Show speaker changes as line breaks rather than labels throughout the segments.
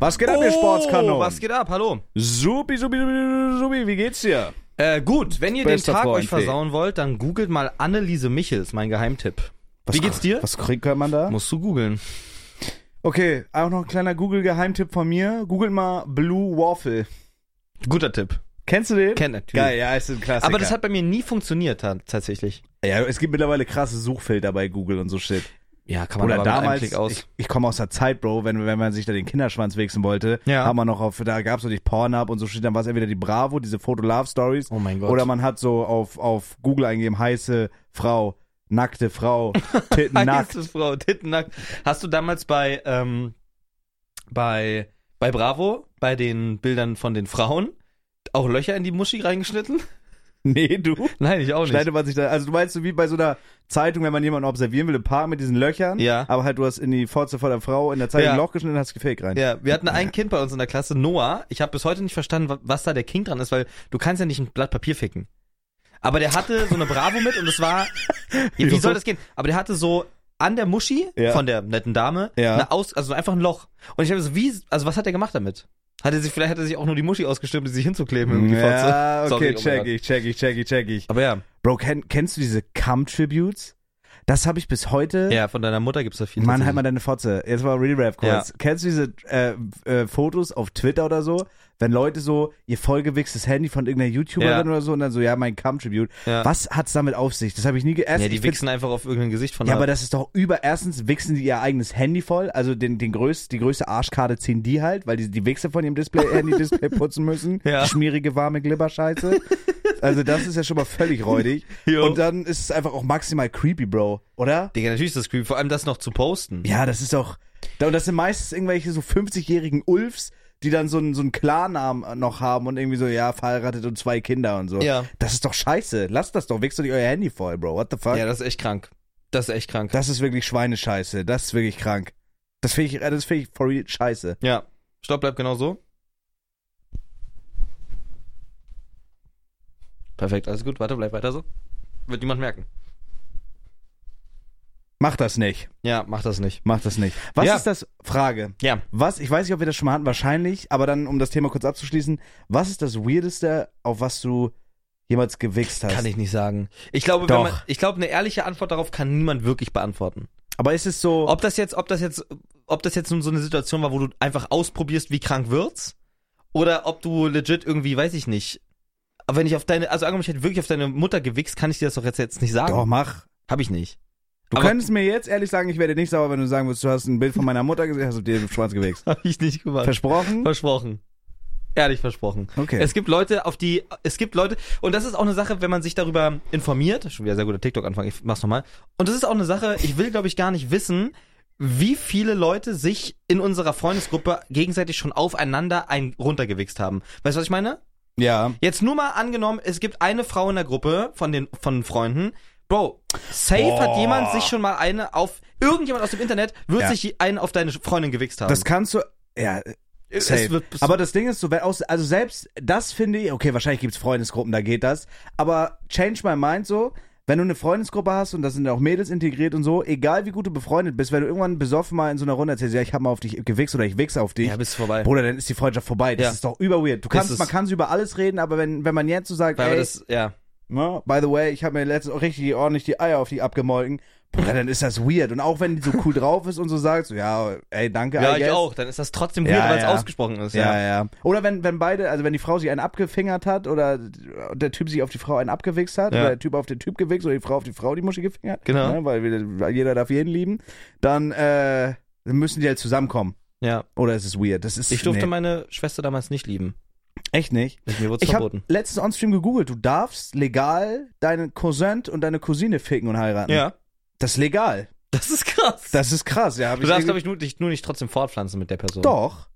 Was geht ab, ihr Sportskanonen?
Oh, Was geht ab? Hallo.
Supi, supi, supi, supi, wie geht's dir?
Äh, gut, wenn ihr
Bester
den Tag
Freund,
euch versauen wollt, dann googelt mal Anneliese Michels, mein Geheimtipp. Wie geht's dir?
Was kriegt man da?
Musst du googeln.
Okay, auch noch ein kleiner Google-Geheimtipp von mir. Googelt mal Blue Waffle.
Guter Tipp.
Kennst du den?
Kennt natürlich.
Geil, ja, ist ein Klassiker.
Aber das hat bei mir nie funktioniert ta- tatsächlich.
ja, es gibt mittlerweile krasse Suchfelder bei Google und so shit.
Ja, kann
Oder
aber mit einem
damals,
Klick aus.
ich, ich komme aus der Zeit, Bro, wenn, wenn man sich da den Kinderschwanz wichsen wollte,
Ja.
haben wir noch auf, da gab's noch nicht Pornhub und so shit, dann war es entweder die Bravo, diese Foto-Love-Stories.
Oh mein Gott.
Oder man hat so auf, auf Google eingegeben, heiße Frau, nackte Frau, Titten nackt.
Heißes Frau, tittennackt. Hast du damals bei, ähm, bei, bei Bravo, bei den Bildern von den Frauen, auch Löcher in die Muschi reingeschnitten?
Nee, du.
Nein, ich auch nicht.
Schneidet man sich da, also du meinst so wie bei so einer Zeitung, wenn man jemanden observieren will, im Park mit diesen Löchern,
Ja.
aber halt du hast in die Forze von der Frau in der Zeitung
Ja.
ein Loch geschnitten und hast gefaked rein.
Ja, wir hatten ein Kind bei uns in der Klasse, Noah. Ich habe bis heute nicht verstanden, wa- was da der King dran ist, weil du kannst ja nicht ein Blatt Papier ficken. Aber der hatte so eine Bravo mit und es war. Ja, wie
Jo.
soll das gehen? Aber der hatte so an der Muschi
Ja.
von der netten Dame
Ja.
eine Aus, also einfach ein Loch. Und ich habe so, wie, also was hat er gemacht damit? Hat er sich, vielleicht hat er sich auch nur die Muschi ausgestimmt, die sich hinzukleben irgendwie
Ja,
Fotze.
okay,
Sorry, oh mein
check
Gott.
ich, check ich, check ich, check ich.
Aber ja,
Bro, kenn, kennst du diese Cum-Tributes? Das habe ich bis heute.
ja, von deiner Mutter gibt's da viel.
Mann, halt mal deine Fotze. Jetzt mal Real Rap kurz. Kennst du diese äh, äh, Fotos auf Twitter oder so, wenn Leute so ihr vollgewichstes Handy von irgendeiner YouTuberin
Ja.
oder so und dann so, ja, mein Cum-Tribute.
Ja.
Was hat's damit auf sich? Das habe ich nie geerst.
ja, die wichsen einfach auf irgendein Gesicht von
Ja,
einer-
aber das ist doch über. Erstens wichsen die ihr eigenes Handy voll, also den, den größ, die größte Arschkarte ziehen die halt, weil die die Wichse von ihrem Display, äh, Handy-Display putzen müssen.
Ja.
Die schmierige, warme Glibberscheiße. also das ist ja schon mal völlig räudig.
Jo.
Und dann ist es einfach auch maximal creepy, Bro, oder?
Digga, natürlich ist das creepy, vor allem das noch zu posten.
Ja, das ist doch. da- Und das sind meistens irgendwelche so 50-jährigen Ulfs, die dann so einen, so einen Klarnamen noch haben und irgendwie so, ja, verheiratet und zwei Kinder und so.
Ja.
Das ist doch scheiße. Lasst das doch. Wichst doch nicht euer Handy voll, Bro. What the fuck?
ja das ist echt krank. Das ist echt krank.
Das ist wirklich Schweinescheiße. Das ist wirklich krank. Das finde ich, äh, das finde ich for real scheiße.
Ja. Stopp, bleibt genau so. Perfekt, alles gut. Warte, bleib weiter so. Wird niemand merken.
Mach das nicht.
Ja, mach das nicht.
Mach das nicht. Was
Ja.
ist das? Frage.
Ja.
Was, ich weiß nicht, ob wir das schon mal hatten, wahrscheinlich, aber dann, um das Thema kurz abzuschließen, was ist das Weirdeste, auf was du jemals gewichst hast?
Kann ich nicht sagen. Ich glaube, wenn
Doch.
man, ich glaube, eine ehrliche Antwort darauf kann niemand wirklich beantworten.
Aber ist es so,
Ob das jetzt, ob das jetzt, ob das jetzt nun so eine Situation war, wo du einfach ausprobierst, wie krank wird's, oder ob du legit irgendwie, weiß ich nicht. Aber wenn ich auf deine, also angenommen, ich hätte wirklich auf deine Mutter gewichst, kann ich dir das doch jetzt, jetzt nicht sagen.
doch, mach.
Hab ich nicht.
Du
Aber-
könntest mir jetzt ehrlich sagen, ich werde nicht sauer, wenn du sagen würdest, du hast ein Bild von meiner Mutter gesehen, hast du dir schwarz gewichst.
Hab ich nicht gemacht.
Versprochen?
Versprochen. Ehrlich versprochen.
Okay.
Es gibt Leute, auf die, es gibt Leute, und das ist auch eine Sache, wenn man sich darüber informiert, schon wieder sehr guter TikTok-Anfang, ich mach's nochmal. Und das ist auch eine Sache, ich will, glaube ich, gar nicht wissen, wie viele Leute sich in unserer Freundesgruppe gegenseitig schon aufeinander ein runtergewichst haben. Weißt du, was ich meine?
Ja.
Jetzt nur mal angenommen, es gibt eine Frau in der Gruppe von den von Freunden. Bro, safe hat
Boah.
jemand sich schon mal eine auf irgendjemand aus dem Internet wird
Ja.
sich einen auf deine Freundin gewichst haben.
Das kannst du, ja, Safe. aber das Ding ist so, wenn aus, also selbst das finde ich, okay, wahrscheinlich gibt's Freundesgruppen, da geht das, aber change my mind so, wenn du eine Freundesgruppe hast und da sind auch Mädels integriert und so, egal wie gut du befreundet bist, wenn du irgendwann besoffen mal in so einer Runde erzählst, ja, ich hab mal auf dich gewichst oder ich wichse auf dich,
ja, bist du vorbei.
Bruder, dann ist die Freundschaft vorbei. Das
Ja.
ist doch überweird. Du kannst,
es.
man kann über alles reden, aber wenn, wenn man jetzt so sagt,
Weil
ey,
das, ja.
ne, by the way, ich habe mir letztens auch richtig ordentlich die Eier auf dich abgemolken, Bruder, dann ist das weird. Und auch wenn die so cool drauf ist und so sagst, ja, ey, danke, I
Ja, ich
guess.
auch. Dann ist das trotzdem
Ja,
weird, weil es
ja.
ausgesprochen ist.
Ja,
Ja.
ja. Oder wenn, wenn beide, also wenn die Frau sich einen abgefingert hat oder der Typ sich auf die Frau einen abgewichst hat
Ja.
oder der Typ auf den Typ gewichst oder die Frau auf die Frau die Muschi gefingert.
Genau.
Ne, weil, wir, weil jeder darf jeden lieben. Dann äh, müssen die halt zusammenkommen.
ja.
Oder es ist weird. Das ist
Ich durfte
nee,
meine Schwester damals nicht lieben.
echt nicht.
Mir wurde
Ich habe
verboten.
letztens onstream gegoogelt. Du darfst legal deinen Cousin und deine Cousine ficken und heiraten.
Ja.
Das ist legal.
Das ist krass.
Das ist krass. Ja, hab
du darfst, glaube
irgendwie-
ich, nur, dich nur nicht trotzdem fortpflanzen mit der Person.
doch.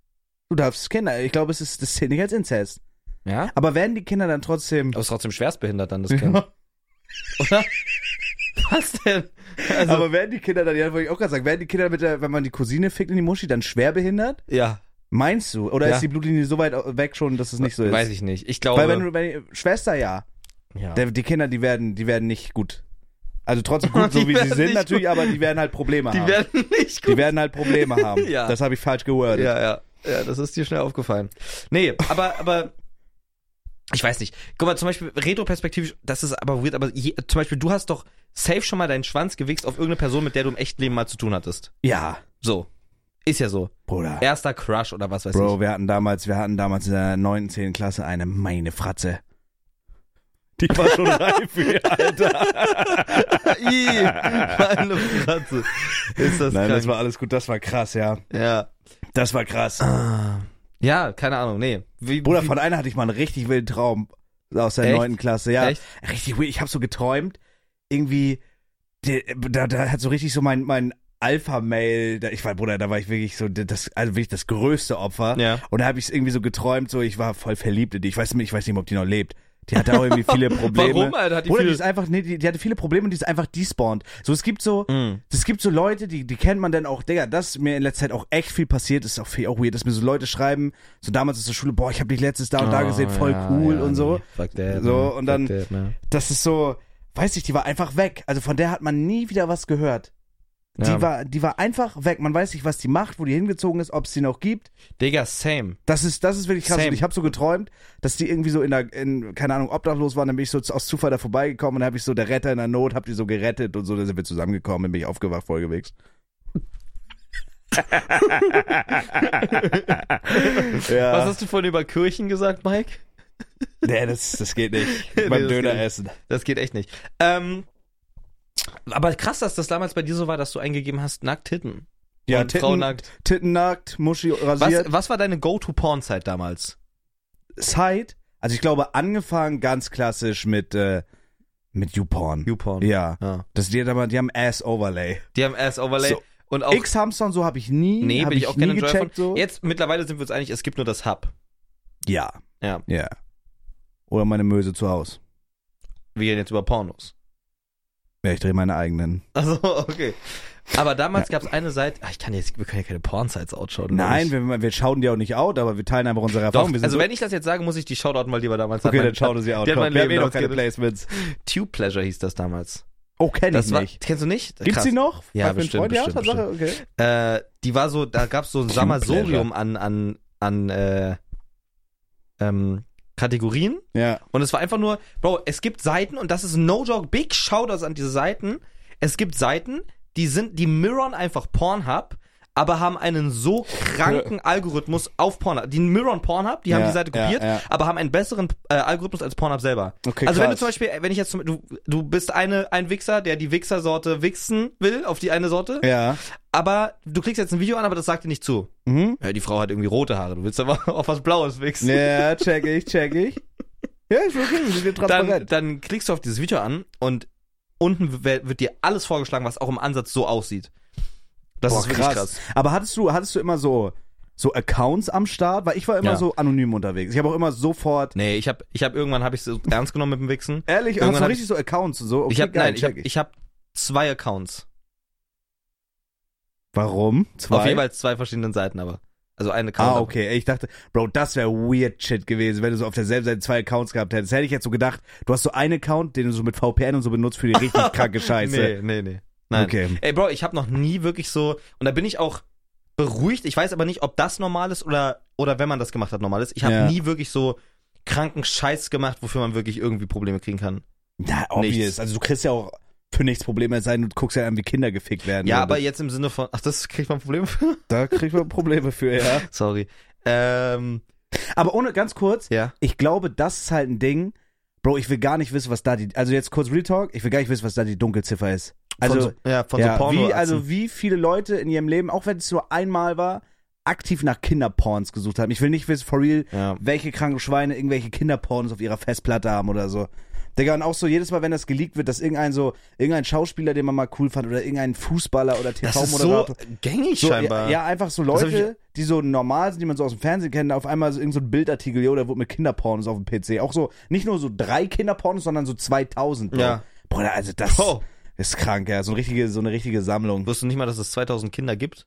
Du darfst Kinder. Ich glaube, es ist das zählt nicht als Inzest.
Ja?
Aber werden die Kinder dann trotzdem?
Aber ist trotzdem schwerstbehindert dann, Oh, das Kind. Oder? Was denn? Also,
aber werden die Kinder dann, ja, wollte ich auch gerade sagen, werden die Kinder mit der, wenn man die Cousine fickt in die Muschi, dann schwerbehindert?
ja.
Meinst du? Oder
Ja.
ist die Blutlinie so weit weg schon, dass es nicht so ist?
Weiß ich nicht. Ich glaube.
Weil wenn, du- wenn Schwester ja,
ja.
der, die Kinder, die werden, die werden nicht gut. Also trotzdem gut, so
Die
wie sie
werden
sind
nicht
natürlich,
gut.
aber die werden halt Probleme
die
haben.
werden nicht
die
gut.
werden halt Probleme haben.
Ja.
Das habe ich falsch gewordet.
ja, ja. Ja, das ist dir schnell aufgefallen. Nee, aber, aber ich weiß nicht. Guck mal, zum Beispiel retroperspektivisch, das ist aber weird, aber je, zum Beispiel, du hast doch safe schon mal deinen Schwanz gewichst auf irgendeine Person, mit der du im echten Leben mal zu tun hattest.
Ja,
So. Ist ja so.
Bruder.
Erster Crush oder was weiß
Bro, wir hatten damals, wir hatten damals in der 9., 10. Klasse eine meine Fratze. Die war schon reif für ihr Alter.
ich. Ih, meine Fratze. Ist das
Nein, das
krank.
war alles gut, das war krass, ja.
Ja.
Das war krass.
Ja, keine Ahnung, nee. Wie,
Bruder,
wie-
von einer hatte ich mal einen richtig wilden Traum aus der
Echt?
neunten Klasse, ja.
Echt?
Richtig wild. Ich habe so geträumt, irgendwie, der- da, da hat so richtig so mein, mein Alpha-Mail, da- ich war, Bruder, da war ich wirklich so, das, also wirklich das größte Opfer.
Ja.
Und da habe ich irgendwie so geträumt, so, ich war voll verliebt in die. Ich weiß, nicht- ich weiß nicht, mehr, ob die noch lebt. Die hatte auch irgendwie viele Probleme.
Warum, Alter? Hat die
Bruder,
viele-
die ist einfach, nee, die, die hatte viele Probleme und die ist einfach despawned. So, es gibt so,
Mhm.
es gibt so Leute, die, die kennt man dann auch, Digga, das ist mir in letzter Zeit auch echt viel passiert, ist auch viel auch weird, dass mir so Leute schreiben, so damals aus der Schule, boah, ich habe dich letztes da und da
Oh,
gesehen, voll
ja,
cool
ja,
und so.
nee, Fuck that,
So,
man.
und dann-
Fuck that, man.
Das ist so, weiß ich, die war einfach weg. Also von der hat man nie wieder was gehört.
ja.
Die war, die war einfach weg. Man weiß nicht, was die macht, wo die hingezogen ist, ob es die noch gibt.
Digga, same.
Das ist, das ist wirklich krass.
Same.
Und ich habe so geträumt, dass die irgendwie so in der, in, keine Ahnung, obdachlos waren. Dann bin ich so zu- aus Zufall da vorbeigekommen und dann habe ich so der Retter in der Not, hab die so gerettet und so. Dann sind wir zusammengekommen, dann bin ich aufgewacht, vollgewichst. ja.
Was hast du vorhin über Kirchen gesagt, Mike?
Nee, das, das geht nicht.
Nee,
Beim
das geht nicht.
Döneressen.
Das geht echt nicht. Ähm, aber krass, dass das damals bei dir so war, dass du eingegeben hast, nackt Titten.
Ja,
Und Frau
Titten,
nackt.
Titten nackt, Muschi
Was,
rasiert.
was war deine Go-To-Porn-Zeit damals?
Side. Also ich glaube, angefangen ganz klassisch mit, äh, mit YouPorn.
YouPorn.
Ja.
ja.
Das, die, hat aber, die haben Ass-Overlay.
Die haben Ass-Overlay
So.
und auch...
X-Hamstern, so habe ich nie,
nee,
hab
bin ich
ich
auch kein
nie
Enjoyer
gecheckt.
von.
So.
Jetzt, mittlerweile sind wir uns einig, es gibt nur das Hub.
Ja,
Ja.
ja. Oder meine Möse zu Hause.
Wir reden jetzt über Pornos.
Ja, ich drehe meine eigenen.
Also, okay. Aber damals gab's eine Seite... Ach, ich kann jetzt... Wir können ja keine Porn-Sites outschauen.
Nein,
wir...
wir, wir schauen die auch nicht out, aber wir teilen einfach unsere
Doch,
Erfahrungen. Wir sind
also
so-
wenn ich das jetzt sage, muss ich die Shoutout mal lieber damals
okay,
hat
dann
mein-
schauen wir sie out.
die hat
Komm,
mein
wir haben
Leben
eh noch
noch
keine
ge-
Placements.
Tube Pleasure hieß das damals.
Oh, kenn ich
Das war,
nicht.
kennst du nicht?
Gibt's
Krass.
die noch?
Ja,
Hat mir ein
bestimmt,
Freund,
bestimmt,
ja, Tatsache, okay.
Äh, die war so, da gab's so ein
Cute
Sammelsurium an, an, an äh, ähm, Kategorien.
Ja.
Und es war einfach nur, Bro, es gibt Seiten, und das ist no joke, big shoutouts an diese Seiten. Es gibt Seiten, die sind, die mirrorn einfach Pornhub, aber haben einen so kranken Algorithmus auf Pornhub. Die mirrorn Pornhub, die haben
Ja,
die Seite
ja,
kopiert,
ja.
aber haben einen besseren äh, Algorithmus als Pornhub selber.
Okay,
also wenn du
krass.
zum Beispiel, äh, wenn ich jetzt zum, du, du bist eine, ein Wichser, der die Wichser-Sorte wichsen will, auf die eine Sorte,
Ja.
aber du klickst jetzt ein Video an, aber das sagt dir nicht zu.
Mhm.
Ja, die Frau hat irgendwie rote Haare, du willst aber auf was Blaues wichsen.
Ja, check ich, check ich. Ja, ist okay, wir sind
dann,
transparent.
dann klickst du auf dieses Video an und unten w- wird dir alles vorgeschlagen, was auch im Ansatz so aussieht. Das ist wirklich krass.
Aber hattest du, hattest du immer so, so Accounts am Start? Weil ich war immer
Ja.
so anonym unterwegs. Ich habe auch immer sofort.
Nee, ich hab, ich hab irgendwann hab ich so ernst genommen mit dem Wichsen.
Ehrlich,
Irgendwann
hast du
hab
richtig so Accounts und so? Okay,
ich hab,
geil,
nein, ich
check
hab, ich hab zwei Accounts.
Warum? Zwei?
Auf jeweils zwei verschiedenen Seiten aber. Also ein Account.
Ah, okay. Ich dachte, Bro, das wäre weird Shit gewesen, wenn du so auf derselben Seite zwei Accounts gehabt hättest. Hätte ich jetzt so gedacht, du hast so einen Account, den du so mit VPN und so benutzt für die richtig kranke Scheiße.
Nee, nee, nee. Nein.
Okay.
Ey, Bro, ich habe noch nie wirklich so, und da bin ich auch beruhigt. Ich weiß aber nicht, ob das normal ist oder, oder wenn man das gemacht hat, normal ist. Ich habe
Ja.
nie wirklich so kranken Scheiß gemacht, wofür man wirklich irgendwie Probleme kriegen kann.
Na, obvious.
Nichts.
Also du kriegst ja auch für nichts Probleme sein und guckst ja an, wie Kinder gefickt werden.
Ja,
Und
aber jetzt im Sinne von, ach, das kriegt man Probleme für?
Da kriegt man Probleme für, ja.
Sorry. Ähm,
Aber ohne, ganz kurz,
ja.
ich glaube, das ist halt ein Ding. Bro, ich will gar nicht wissen, was da die, also jetzt kurz Real Talk, ich will gar nicht wissen, was da die Dunkelziffer ist. Also,
von so, ja, von
ja,
so Porno.
wie, also wie viele Leute in ihrem Leben, auch wenn es nur einmal war, aktiv nach Kinderporns gesucht haben. Ich will nicht wissen, for real,
ja.
welche kranken Schweine irgendwelche Kinderpornos auf ihrer Festplatte haben oder so. Digga, und auch so jedes Mal, wenn das geleakt wird, dass irgendein so, irgendein Schauspieler, den man mal cool fand, oder irgendein Fußballer oder
Das ist so
TV-Moderator.
gängig
So,
scheinbar.
Ja, ja, einfach so
Das hab ich-
Leute, die so normal sind, die man so aus dem Fernsehen kennt, auf einmal so irgendein so ein Bildartikel, oder wurde mit Kinderpornos auf dem PC. Auch so, nicht nur so drei Kinderpornos, sondern so 2000. Bro.
Ja.
Bruder, also das
Bro.
ist krank, ja. So eine richtige, so eine richtige Sammlung.
Wusstest du nicht mal, dass es 2000 Kinder gibt?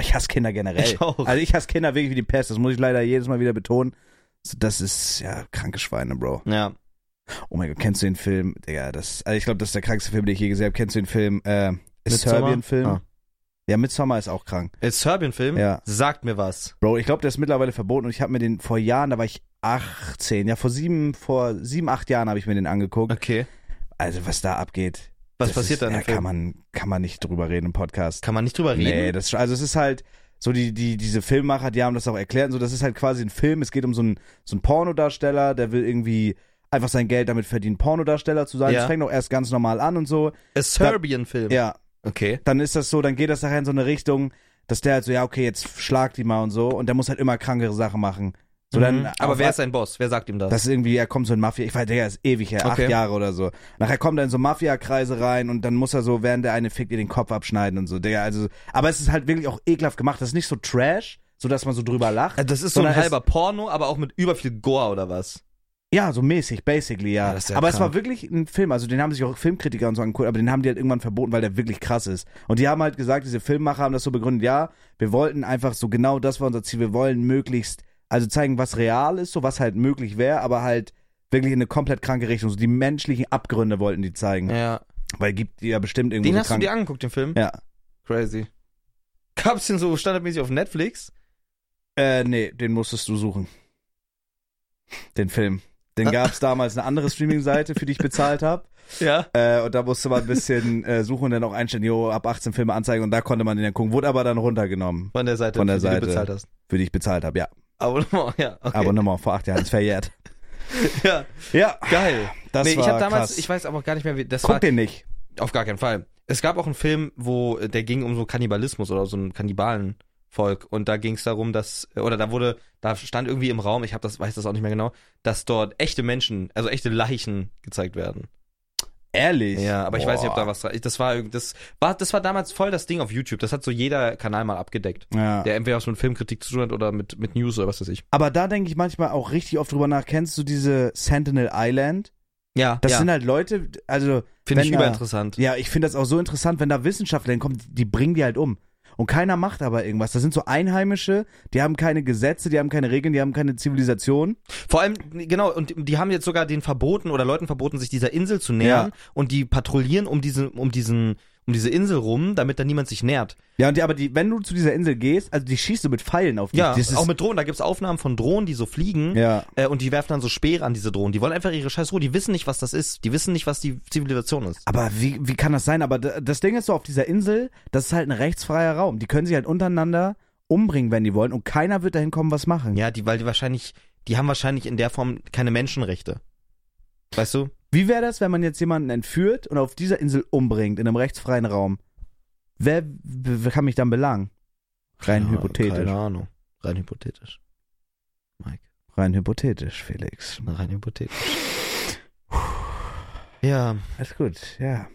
Ich hasse Kinder generell.
Ich auch.
Also ich hasse Kinder wirklich wie die Pest, das muss ich leider jedes Mal wieder betonen. So, Das ist, ja, kranke Schweine, Bro.
Ja.
Oh mein Gott, kennst du den Film? Digga, das, also ich glaube, das ist der krankste Film, den ich je gesehen habe. Kennst du den Film, äh,
Midsommar?
Serbien-Film?
Ah.
Ja, Midsommar ist auch krank.
Ist Serbien-Film?
Ja.
Sagt mir was.
Bro, ich glaube, der ist mittlerweile verboten und ich habe mir den vor Jahren, da war ich 18, ja, vor sieben, vor sieben, acht Jahren habe ich mir den angeguckt.
Okay.
Also, was da abgeht.
Was
das
passiert
ist,
da in
Ja,
dem Film?
kann man, kann man nicht drüber reden im Podcast.
Kann man nicht drüber reden?
Nee, das, ist- also es ist halt so die, die, diese Filmmacher, die haben das auch erklärt und so, das ist halt quasi ein Film, es geht um so einen, so einen Pornodarsteller, der will irgendwie einfach sein Geld damit verdienen, Pornodarsteller zu sein.
Ja.
Das fängt auch erst ganz normal an und so.
Ein Äh, Serbian-Film.
Ja,
Okay.
dann ist das so, dann geht das nachher in so eine Richtung, dass der halt so, ja, okay, jetzt schlag die mal und so und der muss halt immer krankere Sachen machen. So dann,
Mhm. Aber
auf-
wer ist sein Boss? Wer sagt ihm das?
das ist irgendwie, er kommt so in Mafia, ich weiß, der ist ewig her,
Okay.
acht Jahre oder so. Nachher kommt er in so Mafia-Kreise rein und dann muss er so, während der eine fickt, ihr den Kopf abschneiden und so. Der, also, aber es ist halt wirklich auch ekelhaft gemacht. Das ist nicht so Trash, so dass man so drüber lacht.
Äh, das ist so ein
sondern es-
halber Porno, aber auch mit über viel Gore oder was?
Ja, so mäßig, basically, ja.
Ja, das ist ja
aber es
krank.
war wirklich ein Film, also den haben sich auch Filmkritiker und so angeguckt, aber den haben die halt irgendwann verboten, weil der wirklich krass ist. Und die haben halt gesagt, diese Filmmacher haben das so begründet, ja, wir wollten einfach so genau das war unser Ziel, wir wollen möglichst, also zeigen, was real ist, so was halt möglich wäre, aber halt wirklich in eine komplett kranke Richtung. So die menschlichen Abgründe wollten die zeigen,
Ja.
weil gibt die ja bestimmt irgendwo
Den
so
hast
krank.
du dir angeguckt, den Film?
ja.
Crazy. Gab's den so standardmäßig auf Netflix?
Äh, nee, den musstest du suchen. Den Film. Den gab's damals eine andere Streaming-Seite, für die ich bezahlt habe.
Ja.
Äh, und da musste man ein bisschen äh, suchen und dann auch einstellen, jo, ab 18 Filme anzeigen und da konnte man den dann gucken. Wurde aber dann runtergenommen,
Von der Seite,
Von der
für die
Seite.
du bezahlt hast.
für die ich bezahlt habe, ja.
Abonnement, ja. Okay.
Aber nochmal, vor acht Jahren ist verjährt.
Ja.
Ja,
Geil.
das
nee,
war
ich habe damals,
krass.
ich weiß aber gar nicht mehr, wie das war.
Guck den nicht.
Auf gar keinen Fall. Es gab auch einen Film, wo äh, der ging um so Kannibalismus oder so ein Kannibalenvolk und da ging es darum, dass äh, oder da wurde, da stand irgendwie im Raum, ich habe das weiß das auch nicht mehr genau, dass dort echte Menschen, also echte Leichen gezeigt werden.
Ehrlich?
Ja, aber ich weiß nicht, ob da
Boah.
was dran- das war irgendwie- das war das war damals voll das Ding auf YouTube, das hat so jeder Kanal mal abgedeckt,
Ja.
der entweder was mit Filmkritik zu tun hat oder mit mit News oder was weiß ich.
Aber da denke ich manchmal auch richtig oft drüber nach. Kennst du diese Sentinel Island?
Ja,
Das
ja,
sind halt Leute, also,
finde ich
wenn da-
überinteressant.
ja, ich finde das auch so interessant, wenn da Wissenschaftler hinkommen, die, die bringen die halt um. Und keiner macht aber irgendwas. Das sind so Einheimische, die haben keine Gesetze, die haben keine Regeln, die haben keine Zivilisation.
Vor allem, genau, und die haben jetzt sogar den verboten oder Leuten verboten, sich dieser Insel zu nähern
Ja.
und die patrouillieren um diesen, um diesen, um diese Insel rum, damit da niemand sich nähert.
Ja, und die, aber die, wenn du zu dieser Insel gehst, also die schießt du mit Pfeilen auf dich.
Ja,
das ist,
auch mit Drohnen, da gibt's Aufnahmen von Drohnen, die so fliegen
Ja.
äh, und die werfen dann so Speere an diese Drohnen. Die wollen einfach ihre scheiß Ruhe, die wissen nicht, was das ist. Die wissen nicht, was die Zivilisation ist.
Aber wie, wie kann das sein? Aber d- das Ding ist so, auf dieser Insel, das ist halt ein rechtsfreier Raum. Die können sich halt untereinander umbringen, wenn die wollen. Und keiner wird dahin kommen, was machen.
Ja, die, weil die wahrscheinlich, die haben wahrscheinlich in der Form keine Menschenrechte. Weißt du?
Wie wäre das, wenn man jetzt jemanden entführt und auf dieser Insel umbringt, in einem rechtsfreien Raum? Wer, wer kann mich dann belangen? Rein
Keine Ahnung,
hypothetisch.
Keine Ahnung. Rein hypothetisch. Mike,
Rein hypothetisch, Felix.
rein hypothetisch. Ja.
Alles gut, ja.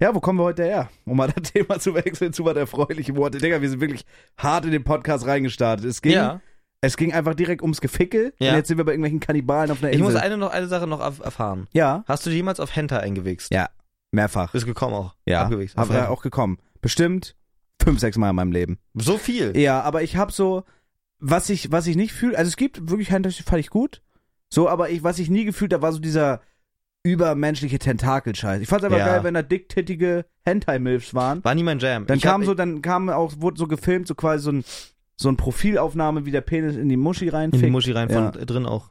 Ja, wo kommen wir heute her? Um mal das Thema zu wechseln, zu was erfreulichen Worte. Digga, wir sind wirklich hart in den Podcast reingestartet. Es ging
Ja.
Es ging einfach direkt ums Gefickel
Ja.
und jetzt sind wir bei irgendwelchen Kannibalen auf einer
Ich
Insel.
muss eine, noch, eine Sache noch erf- erfahren.
ja.
Hast du dich jemals auf Hentai eingewichst?
Ja. Mehrfach.
Bist gekommen auch?
Ja.
Abgewichst.
Aber
Auf-
ja, auch gekommen. Bestimmt fünf, sechs Mal in meinem Leben.
So viel?
Ja, aber ich hab so, was ich, was ich nicht fühle, also es gibt wirklich Handtaschen, fand ich gut. So, aber ich, was ich nie gefühlt habe, war so dieser übermenschliche Tentakelscheiß. Ich fand's aber
Ja.
geil, wenn da dicktittige Hentai-Milfs waren.
War nie mein Jam.
Dann
Ich
kam
hab- e-
so, dann kam auch, wurde so gefilmt, so quasi so ein, so ein Profilaufnahme, wie der Penis in die Muschi
in
reinfickt.
die Muschi rein
Ja.
von äh, drin auch.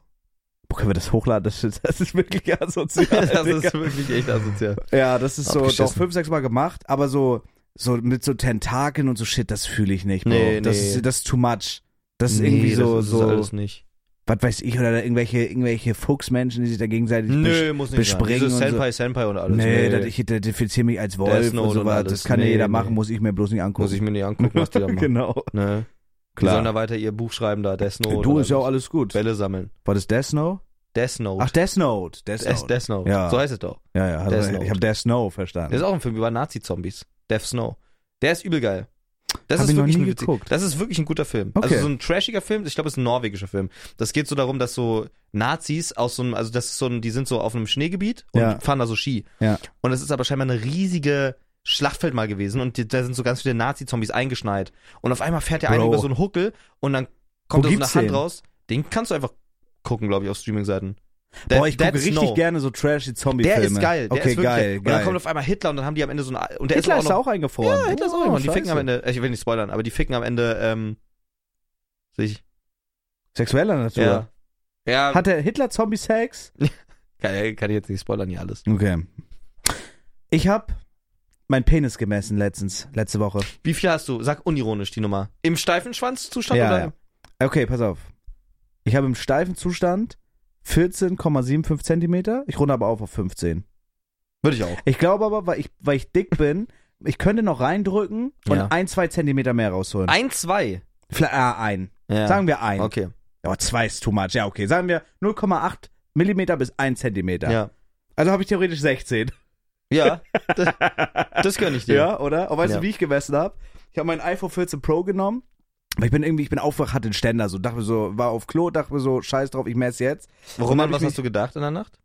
Boah, können wir das hochladen? Das ist, das ist wirklich asozial.
das
Digga.
ist wirklich echt asozial.
Ja, das ist so
Abgeschissen.
doch fünf, sechs Mal gemacht, aber so, so mit so Tentakeln und so Shit, das fühle ich nicht, Bro.
Nee,
das,
nee.
Ist, das ist too much. Das ist
Nee,
irgendwie so,
das ist
so,
alles nicht.
was weiß ich, oder da irgendwelche, irgendwelche Fuchsmenschen, die sich da gegenseitig besch-
muss
bespringen
Dieses
und so.
Senpai, Senpai und alles.
Nee, das, ich identifiziere mich als
Death
Wolf
Note
und
und
sowas.
alles.
das kann ja
Nee,
jeder
nee.
machen, muss ich mir bloß nicht angucken.
muss ich mir nicht angucken, was die da machen.
genau.
Ne? Die
Klar.
sollen da weiter ihr Buch schreiben da, Death Note.
du
oder
ist ja auch alles gut.
Bälle sammeln.
War das Death Snow?
Death Note.
Ach, Death Note. Death
Death,
Note.
Death Note.
Ja.
So heißt es doch.
ja, ja, also,
Death
ich
Note.
habe Death Snow
Das
verstanden.
ist auch ein Film über Nazi-Zombies. Death Snow. Der ist übel geil. Das
Hab
ist
ich noch
wirklich
nie
ein witzig-
geguckt.
Das ist wirklich ein guter Film.
Okay.
Also so ein trashiger Film, ich glaube, es ist ein norwegischer Film. Das geht so darum, dass so Nazis aus so einem, also das ist so ein, die sind so auf einem Schneegebiet und
Ja.
fahren da so Ski.
Ja.
Und das ist aber scheinbar eine riesige Schlachtfeld mal gewesen und die, da sind so ganz viele Nazi-Zombies eingeschneit. Und auf einmal fährt der eine
Bro.
über so einen Huckel und dann kommt
Wo
da so eine
gibt's
Hand
den?
raus. Den kannst du einfach gucken, glaube ich, auf Streaming-Seiten. That-
Boah, ich gucke
that's
richtig
no.
gerne so trashy Zombie-Filme.
Der ist geil. Der
okay,
ist wirklich,
geil,
Und dann
geil.
kommt auf einmal Hitler und dann haben die am Ende so eine. Und der
Hitler
ist
ist
aber
da
auch.
auch eingefroren.
noch, ja, Hitler ist auch noch. Und die ficken am
scheiße.
Ende. äh, Ich will nicht spoilern, aber die ficken am Ende ähm, sich.
Sexueller Natur.
Ja. Ja,
Hat der Hitler Zombie-Sex?
kann, kann ich jetzt nicht spoilern hier alles.
Okay. Ich hab meinen Penis gemessen letztens, letzte Woche.
Wie viel hast du? Sag unironisch die Nummer. Im steifen Schwanzzustand
Ja,
oder?
ja. Okay, pass auf. Ich habe im steifen Zustand 14,75 Zentimeter. Ich runde aber auf auf 15.
Würde ich auch.
Ich glaube aber, weil ich, weil ich dick bin, ich könnte noch reindrücken und
Ja.
ein, zwei Zentimeter mehr rausholen.
Ein, zwei.
Vielleicht, ah, ein.
Ja.
Sagen wir ein.
Okay.
Aber zwei ist too much. Ja, okay. Sagen wir 0,8 Millimeter bis 1 Zentimeter.
Ja.
Also habe ich theoretisch 16.
Ja. Das, das gönn ich dir.
Ja, oder? Und weißt
Ja.
du, wie ich gemessen habe? Ich habe mein iPhone 14 Pro genommen. Weil ich bin irgendwie, ich bin aufwach, hatte den Ständer so, dachte mir so, war auf Klo, dachte mir so, scheiß drauf, ich messe jetzt.
Warum,
Dann hab
an was
ich
hast du gedacht in der Nacht?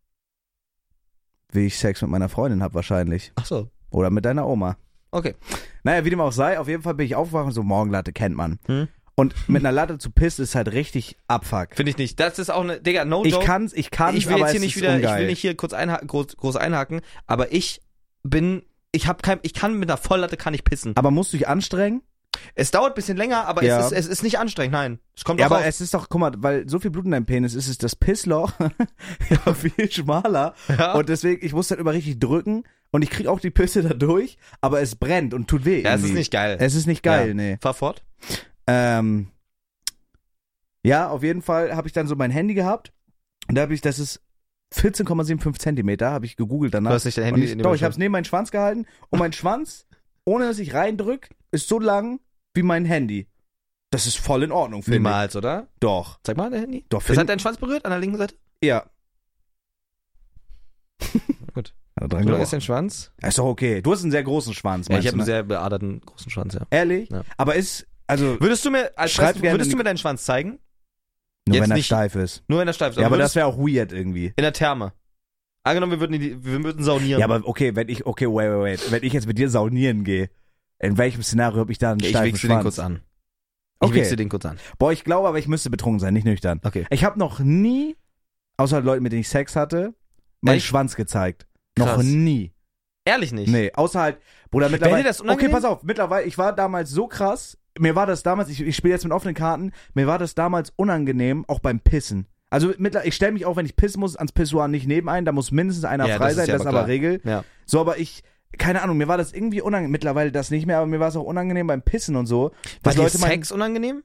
Wie ich Sex mit meiner Freundin hab wahrscheinlich.
Ach so.
Oder mit deiner Oma.
Okay.
Naja, wie dem auch sei, auf jeden Fall bin ich aufgewacht und so, Morgenlatte kennt man.
Hm.
Und mit einer Latte zu pissen ist halt richtig Abfuck.
Finde ich nicht. Das ist auch eine, Digga, no
Ich
joke.
kann's, ich kann's,
ich will
aber
jetzt
es
hier nicht
ist
wieder,
ungeil.
ich will nicht hier kurz einhaken, groß, groß einhaken, aber ich bin, ich habe kein, ich kann mit einer Volllatte kann ich pissen.
Aber musst du dich anstrengen?
Es dauert ein bisschen länger, aber
Ja.
es, ist, es ist nicht anstrengend, nein. Es kommt
Ja,
auch
aber
auf.
es ist doch, guck mal, weil so viel Blut in deinem Penis ist, ist das Pissloch ja, viel schmaler.
Ja.
Und deswegen, ich muss dann immer richtig drücken und ich krieg auch die Pisse da durch, aber es brennt und tut weh.
ja, es ist
irgendwie.
nicht geil.
Es ist nicht geil,
Ja.
nee.
Fahr fort.
Ähm, ja, auf jeden Fall habe ich dann so mein Handy gehabt und da habe ich, das ist 14,75 Zentimeter, habe ich gegoogelt danach.
Du hast nicht dein
und
Handy
ich,
in die
doch, ich
Wäsche.
habe es neben meinen Schwanz gehalten und mein Schwanz, ohne dass ich reindrück, ist so lang wie mein Handy. Das ist voll in Ordnung, finde ich.
Niemals, oder?
Doch,
Zeig mal dein Handy.
Doch,
Das
find-
hat deinen Schwanz berührt an der linken Seite?
ja.
Gut.
Hat er
Wie
dran
lang ist
gerochen.
dein Schwanz?
Ist doch okay. Du hast einen sehr großen Schwanz,
Ja,
meinst
ich habe
du,
einen
ne?
sehr beaderten großen Schwanz, ja.
Ehrlich?
Ja.
Aber ist, also,
Würdest du mir, als
Schreib
weißt du,
gerne
würdest
in
du
die-
mir deinen Schwanz zeigen?
nur
jetzt
wenn er
nicht-
steif ist.
Nur wenn er steif ist.
Ja, aber das
würdest-
wäre auch weird irgendwie.
in der Therme. Angenommen, wir würden, in die, wir würden saunieren.
Ja, aber okay, wenn ich, okay, wait, wait, wait. Wenn ich jetzt mit dir saunieren gehe, in welchem Szenario habe ich da einen
ich
steifen
wichse
Schwanz?
den kurz an. Ich
Okay.
wichse den kurz an.
Boah, ich glaube aber, ich müsste betrunken sein, nicht nüchtern.
Okay.
Ich habe noch nie, außer Leuten, mit denen ich Sex hatte, meinen
Echt?
Schwanz gezeigt.
Krass.
Noch nie.
Ehrlich nicht.
Nee, außer halt, Bruder,
Wäre
mittlerweile.
dir das
okay,
unangenehm?
pass auf, mittlerweile, ich war damals so krass, mir war das damals, ich, ich spiele jetzt mit offenen Karten, mir war das damals unangenehm, auch beim Pissen. Also mittlerweile, ich stelle mich auch, wenn ich pissen muss, ans Pissoir nicht neben ein, da muss mindestens einer
Ja,
frei
das ist
sein,
ja
das ist
aber
aber
klar.
Regel.
Ja.
So, aber ich, keine Ahnung, mir war das irgendwie unangenehm, mittlerweile das nicht mehr, aber mir war es auch unangenehm beim Pissen und so.
War
dass
dir
meinen-
Sex unangenehm?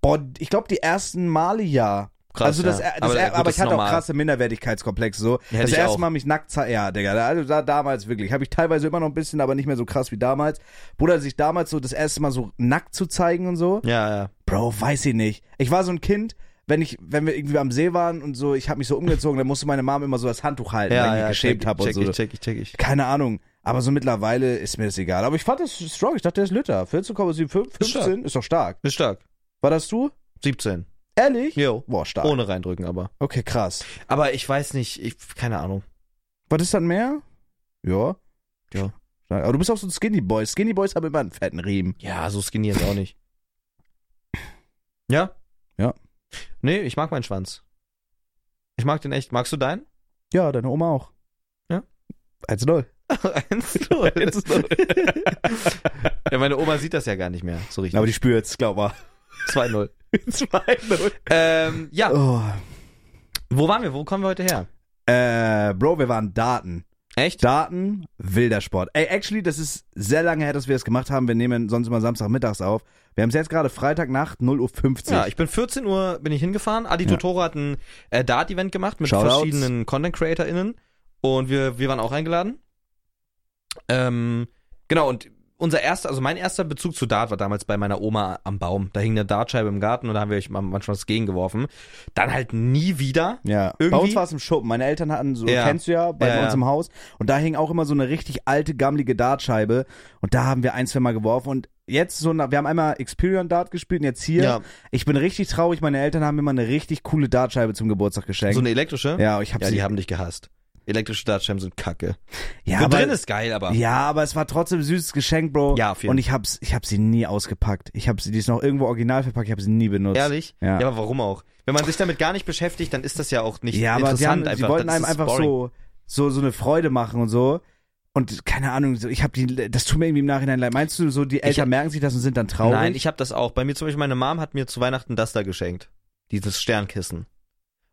Boah, ich glaube die ersten Male ja.
Krass,
also das,
ja.
das,
Aber,
aber,
gut, das
ich hatte
ist normal.
auch krasse Minderwertigkeitskomplexe so.
Ja, hätte
das
ich
erste
auch.
Mal mich nackt ze- ja, Digga, da, also da damals wirklich, habe ich teilweise immer noch ein bisschen, aber nicht mehr so krass wie damals. Bruder, sich damals so das erste Mal so nackt zu zeigen und so.
Ja, ja.
Bro, weiß ich nicht. Ich war so ein Kind, wenn ich wenn wir irgendwie am See waren und so, ich habe mich so umgezogen, dann musste meine Mom immer so das Handtuch halten,
ja,
wenn ich
ja,
geschämt
check,
habe und
check,
so.
Ich, check ich, check ich.
Keine Ahnung. Aber so mittlerweile ist mir das egal. Aber ich fand das strong. Ich dachte, der ist Lütter. 14,75,
Ist stark.
15 ist doch stark.
Ist stark.
War das du?
17.
Ehrlich?
Jo.
Boah, stark.
Ohne reindrücken, aber.
Okay, krass.
Aber ich weiß nicht, ich, keine Ahnung.
Was ist dann mehr? Ja.
Ja.
Aber du bist auch so ein Skinny Boy. Skinny Boys haben immer einen fetten Riemen.
Ja, so skinny jetzt auch nicht. Ja?
Ja.
Nee, ich mag meinen Schwanz. Ich mag den echt. Magst du deinen?
Ja, deine Oma auch.
Ja?
1-0.
Eins null. ja, meine Oma sieht das ja gar nicht mehr, so richtig.
Aber die spürt's, glaub mal.
2-0.
2-0.
Ähm, ja,
Oh.
wo waren wir? Wo kommen wir heute her?
Äh, Bro, wir waren Daten.
Echt?
Daten, wilder Sport. Ey, actually, das ist sehr lange her, dass wir das gemacht haben. Wir nehmen sonst immer Samstagmittags auf. Wir haben es jetzt gerade Freitagnacht, 0.50 Uhr.
Ja, ich bin 14 Uhr bin ich hingefahren. Adi
Ja.
Totoro hat ein äh, Dart-Event gemacht mit
Shoutouts.
verschiedenen Content-CreatorInnen und wir, wir waren auch eingeladen. Ähm, genau, und unser erster, also mein erster Bezug zu Dart war damals bei meiner Oma am Baum. Da hing eine Dartscheibe im Garten und da haben wir euch mal- manchmal das gegengeworfen. Dann halt nie wieder.
Ja, bei
Irgendwie-
uns war es im Schuppen. Meine Eltern hatten so,
Ja.
kennst du ja, bei
Ja,
uns
ja.
im Haus. Und da hing auch immer so eine richtig alte, gammelige Dartscheibe. Und da haben wir ein, zwei Mal geworfen. Und jetzt so, na- wir haben einmal Experion Dart gespielt und jetzt hier.
Ja.
Ich bin richtig traurig. Meine Eltern haben mir mal eine richtig coole Dartscheibe zum Geburtstag geschenkt.
So eine elektrische.
ja, ich hab
ja
sie.
die haben dich gehasst. elektrische Dartscheiben sind kacke.
Ja,
Wo
aber,
drin ist geil, aber.
ja, aber es war trotzdem ein süßes Geschenk, Bro.
Ja, auf jeden
Und ich hab's, ich hab sie nie ausgepackt. Ich hab sie, die ist noch irgendwo original verpackt, ich hab sie nie benutzt.
Ehrlich?
Ja.
ja, aber warum auch? Wenn man sich damit gar nicht beschäftigt, dann ist das ja auch nicht
Ja, aber sie, haben,
interessant.
sie
einfach.
wollten
Das
einem
ist
einfach
boring.
so, so, so eine Freude machen und so. Und keine Ahnung, so, ich habe die, das tut mir irgendwie im Nachhinein leid. Meinst du, so die Eltern merken sich das und sind dann traurig?
Nein, ich habe das auch. Bei mir zum Beispiel, meine Mom hat mir zu Weihnachten das da geschenkt. Dieses Sternkissen.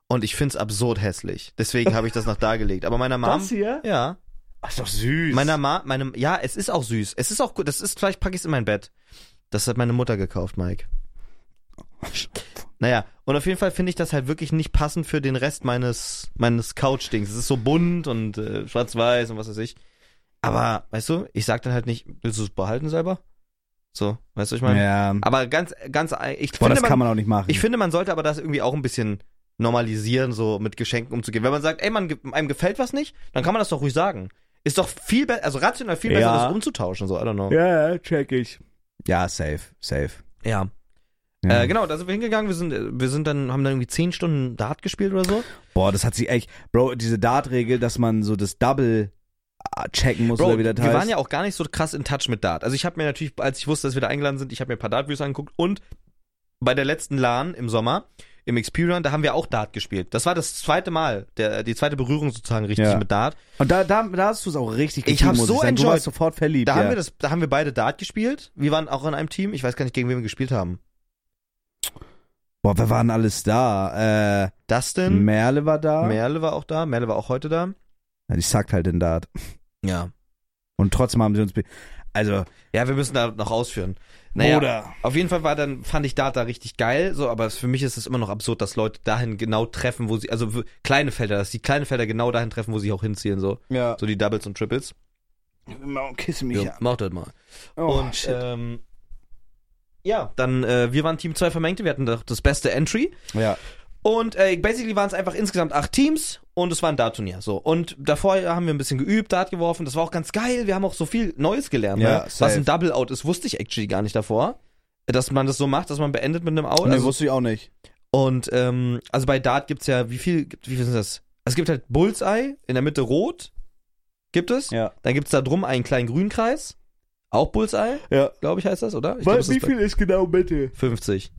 Und ich find's absurd hässlich. Deswegen habe ich das noch dargelegt. Aber meiner Mom.
das hier?
ja.
Ach, ist doch süß.
Meiner Ma, meinem, ja, es ist auch süß. Es ist auch gut. Das ist, vielleicht packe ich es in mein Bett. Das hat meine Mutter gekauft, Mike. Naja, und auf jeden Fall finde ich das halt wirklich nicht passend für den Rest meines, meines Couch-Dings. Es ist so bunt und äh, schwarz-weiß und was weiß ich. Aber, weißt du, ich sag dann halt nicht, willst du es behalten selber? So, weißt du, was ich meine?
ja.
Aber ganz, ganz, äh, ich
Boah,
finde,
das kann
man,
man auch nicht machen.
ich finde, man sollte aber das irgendwie auch ein bisschen normalisieren, so mit Geschenken umzugehen. Wenn man sagt, ey, man, ge- einem gefällt was nicht, dann kann man das doch ruhig sagen. Ist doch viel besser, also rational viel besser,
Ja.
das umzutauschen, so, I don't know.
ja, ja, check ich. Ja, safe, safe.
Ja.
Ja.
Äh, genau, da sind wir hingegangen, wir sind, äh, wir sind dann, haben dann irgendwie zehn Stunden Dart gespielt oder so.
Boah, das hat sich echt, Bro, diese Dart-Regel, dass man so das Double äh, checken muss oder
Bro,
wie das
wir
heißt.
waren ja auch gar nicht so krass in Touch mit Dart. Also ich habe mir natürlich, als ich wusste, dass wir da eingeladen sind, ich habe mir ein paar Dart-Views angeguckt und bei der letzten LAN im Sommer, im Experian, da haben wir auch Dart gespielt. Das war das zweite Mal, der, die zweite Berührung sozusagen richtig
Ja.
mit Dart.
und da, da, da hast du es auch richtig
Ich
gefühlt,
hab's
muss
so
sagen. Du
enjoyed.
warst sofort verliebt.
Da,
ja.
haben wir das, da haben wir beide Dart gespielt. Wir waren auch in einem Team. Ich weiß gar nicht, gegen wen wir gespielt haben.
Boah, wir waren alles da. Äh,
Dustin,
Merle war da.
Merle war auch da. Merle war auch heute da.
Ja, Ich sagt halt den Dart.
Ja.
Und trotzdem haben sie uns. be- Also,
Ja, wir müssen da noch ausführen. Naja,
Oder-
Auf jeden Fall war dann, fand ich Dart da richtig geil, so, aber es- für mich ist es immer noch absurd, dass Leute dahin genau treffen, wo sie, also w- kleine Felder, dass die kleine Felder genau dahin treffen, wo sie auch hinziehen, so.
ja.
So die Doubles und Triples.
Kiss mich
Ja,
ja.
mach das mal.
Oh,
und
shit.
ähm, ja, dann, äh, wir waren Team 2 Vermengte, wir hatten doch das beste Entry.
ja.
Und äh, basically waren es einfach insgesamt acht Teams und es war ein Dart-Turnier. So. Und davor haben wir ein bisschen geübt, Dart geworfen. Das war auch ganz geil. Wir haben auch so viel Neues gelernt.
Ja,
ne? Was
safe.
ein Double-Out ist, wusste ich actually gar nicht davor. Dass man das so macht, dass man beendet mit einem Out.
Nee,
also,
wusste ich auch nicht.
und ähm, also bei Dart gibt's ja, wie viel, gibt- wie viel sind das? Es gibt halt Bullseye, in der Mitte rot, gibt es.
Ja.
Dann gibt's da drum einen kleinen grünen Kreis. Auch Bullseye,
Ja.
glaube ich, heißt das, oder? Ich glaub,
Was,
das ist
wie viel ist genau bitte?
50.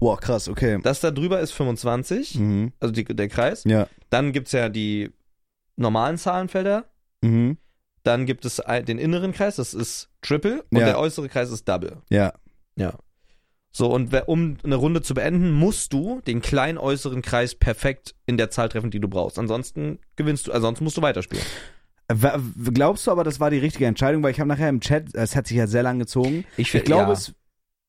Boah, krass, okay.
Das da drüber ist 25,
Mhm.
also die, der Kreis.
Ja.
Dann gibt's ja die normalen Zahlenfelder.
Mhm.
Dann gibt es ein- den inneren Kreis, das ist Triple. Und
Ja.
der äußere Kreis ist Double.
Ja.
So, und wer- um eine Runde zu beenden, musst du den kleinen äußeren Kreis perfekt in der Zahl treffen, die du brauchst. Ansonsten gewinnst du, ansonsten musst du weiterspielen.
W- w- Glaubst du aber, das war die richtige Entscheidung? Weil ich habe nachher im Chat, es hat sich ja sehr lang gezogen. Ich glaube,
Äh, ja,
es.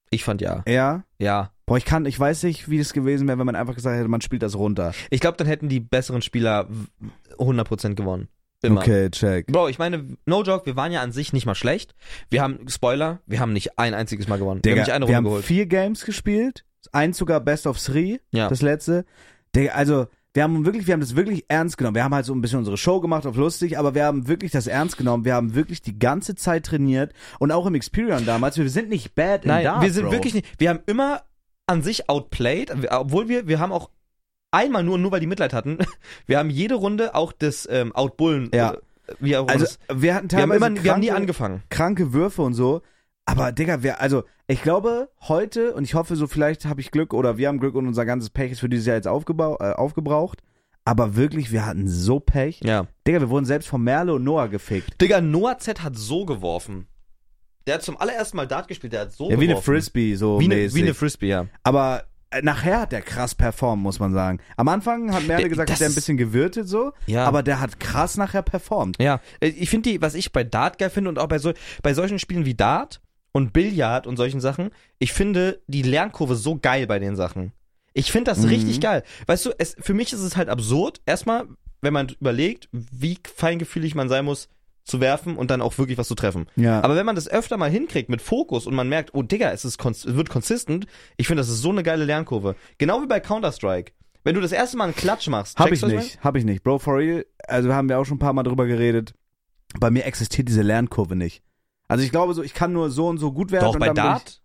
ich fand ja.
Ja.
Ja.
Boah, ich kann, ich weiß nicht, wie das gewesen wäre, wenn man einfach gesagt hätte, man spielt das runter.
Ich glaube, dann hätten die besseren Spieler w- 100% gewonnen. Immer.
Okay, check.
Bro, ich meine, no joke, wir waren ja an sich nicht mal schlecht. Wir haben, Spoiler, wir haben nicht ein einziges Mal gewonnen. wir haben nicht eine
wir
Runde
haben
geholt.
vier Games gespielt, eins sogar Best of Three,
Ja.
das letzte. Digga, also wir haben wirklich, wir haben das wirklich ernst genommen. Wir haben halt so ein bisschen unsere Show gemacht auf lustig, aber wir haben wirklich das ernst genommen. Wir haben wirklich die ganze Zeit trainiert und auch im Experion damals. Wir sind nicht bad in
Nein,
Dart,
wir sind
Bro.
wirklich nicht. Wir haben immer an sich outplayed, obwohl wir, wir haben auch einmal nur, nur weil die Mitleid hatten, wir haben jede Runde auch das ähm, Outbullen.
Ja.
äh, Wie auch immer
Also
das,
wir hatten
wir haben,
teilweise
immer, wir haben nie
kranke-
angefangen.
kranke Würfe und so. Aber Digga, wir, also ich glaube heute und ich hoffe so, vielleicht habe ich Glück oder wir haben Glück und unser ganzes Pech ist für dieses Jahr jetzt aufgebau- äh, aufgebraucht. Aber wirklich, wir hatten so Pech.
Ja.
Digga, wir wurden selbst von Merle und Noah gefickt.
Digga, Noah Z hat so geworfen. Der hat zum allerersten Mal Dart gespielt, der hat so
Ja, wie
geworfen.
eine Frisbee, so
Wie eine,
mäßig.
wie eine Frisbee, ja.
Aber äh, nachher hat der krass performt, muss man sagen. Am Anfang hat Merle
Der-
gesagt,
Äh, das
dass der ein
ist-
bisschen gewirtet so,
Ja.
aber der hat krass nachher performt.
Ja, äh, ich finde die, was ich bei Dart geil finde und auch bei, so, bei solchen Spielen wie Dart und Billard und solchen Sachen, ich finde die Lernkurve so geil bei den Sachen. Ich finde das
Mhm.
richtig geil. Weißt du, es, für mich ist es halt absurd, erstmal, wenn man überlegt, wie feingefühlig man sein muss, zu werfen und dann auch wirklich was zu treffen.
Ja.
Aber wenn man das öfter mal hinkriegt mit Fokus und man merkt, oh Digga, es, ist kons- es wird consistent, ich finde, das ist so eine geile Lernkurve. Genau wie bei Counter-Strike. Wenn du das erste Mal einen Klatsch machst,
Hab ich
checkst du, was meine?
nicht, hab ich nicht. Bro, for real, also haben wir auch schon ein paar Mal drüber geredet. Bei mir existiert diese Lernkurve nicht. Also ich glaube so, ich kann nur so und so gut werden.
Doch,
und
bei
dann bin
Dart?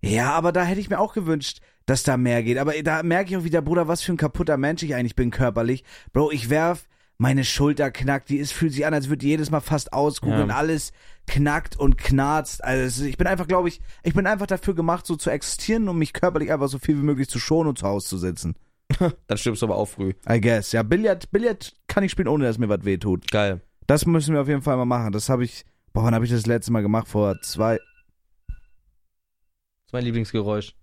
Ich, ja, aber da hätte ich mir auch gewünscht, dass da mehr geht. Aber da merke ich auch wieder, Bruder, was für ein kaputter Mensch ich eigentlich bin körperlich. Bro, ich werf meine Schulter knackt, die ist, fühlt sich an, als würde die jedes Mal fast auskugeln,
Ja.
alles knackt und knarzt. Also es ist- ich bin einfach, glaube ich, ich bin einfach dafür gemacht, so zu existieren, um mich körperlich einfach so viel wie möglich zu schonen und zu Hause zu sitzen.
Dann stirbst du aber auch früh.
I guess. Ja, Billard, Billard kann ich spielen, ohne dass mir was weh tut.
Geil.
Das müssen wir auf jeden Fall mal machen. Das habe ich, boah, wann habe ich das letzte Mal gemacht? Vor zwei,
Das ist mein Lieblingsgeräusch.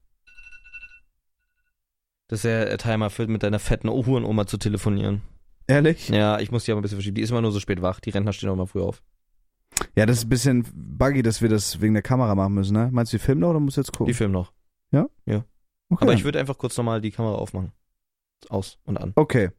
Dass der äh, Timer führt, mit deiner fetten Hurenoma zu telefonieren.
ehrlich?
Ja, ich muss die aber ein bisschen verschieben. Die ist immer nur so spät wach. Die Rentner stehen auch immer früh auf.
Ja, das ist ein bisschen buggy, dass wir das wegen der Kamera machen müssen, ne? Meinst du, wir filmen noch oder musst du jetzt gucken?
Die filmen noch.
okay.
Aber ich würde einfach kurz nochmal die Kamera aufmachen. Aus und an.
okay.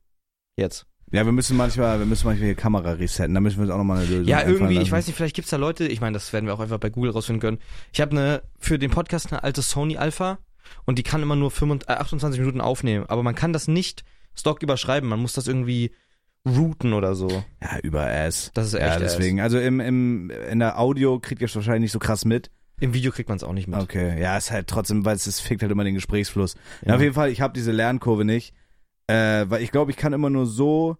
Jetzt.
Ja, wir müssen manchmal, wir müssen manchmal die Kamera resetten, da müssen wir uns auch nochmal eine Lösung
ja,
einfallen
irgendwie, ich
lassen.
weiß nicht, vielleicht gibt's da Leute, ich meine, das werden wir auch einfach bei Google rausfinden können. Ich habe eine für den Podcast eine alte Sony Alpha und die kann immer nur 25, äh, 28 Minuten aufnehmen, aber man kann das nicht Stock überschreiben, man muss das irgendwie routen oder so.
Ja, über Ass.
Das ist echt
Ja, deswegen. Also im, im, in der Audio kriegt ihr es wahrscheinlich nicht so krass mit.
Ass. Im Video kriegt man es auch nicht mit.
Okay. Ja, ist halt trotzdem, weil es, es fickt halt immer den Gesprächsfluss. Na,
Ja.
auf jeden Fall, ich habe diese Lernkurve nicht. Äh, weil ich glaube, ich kann immer nur so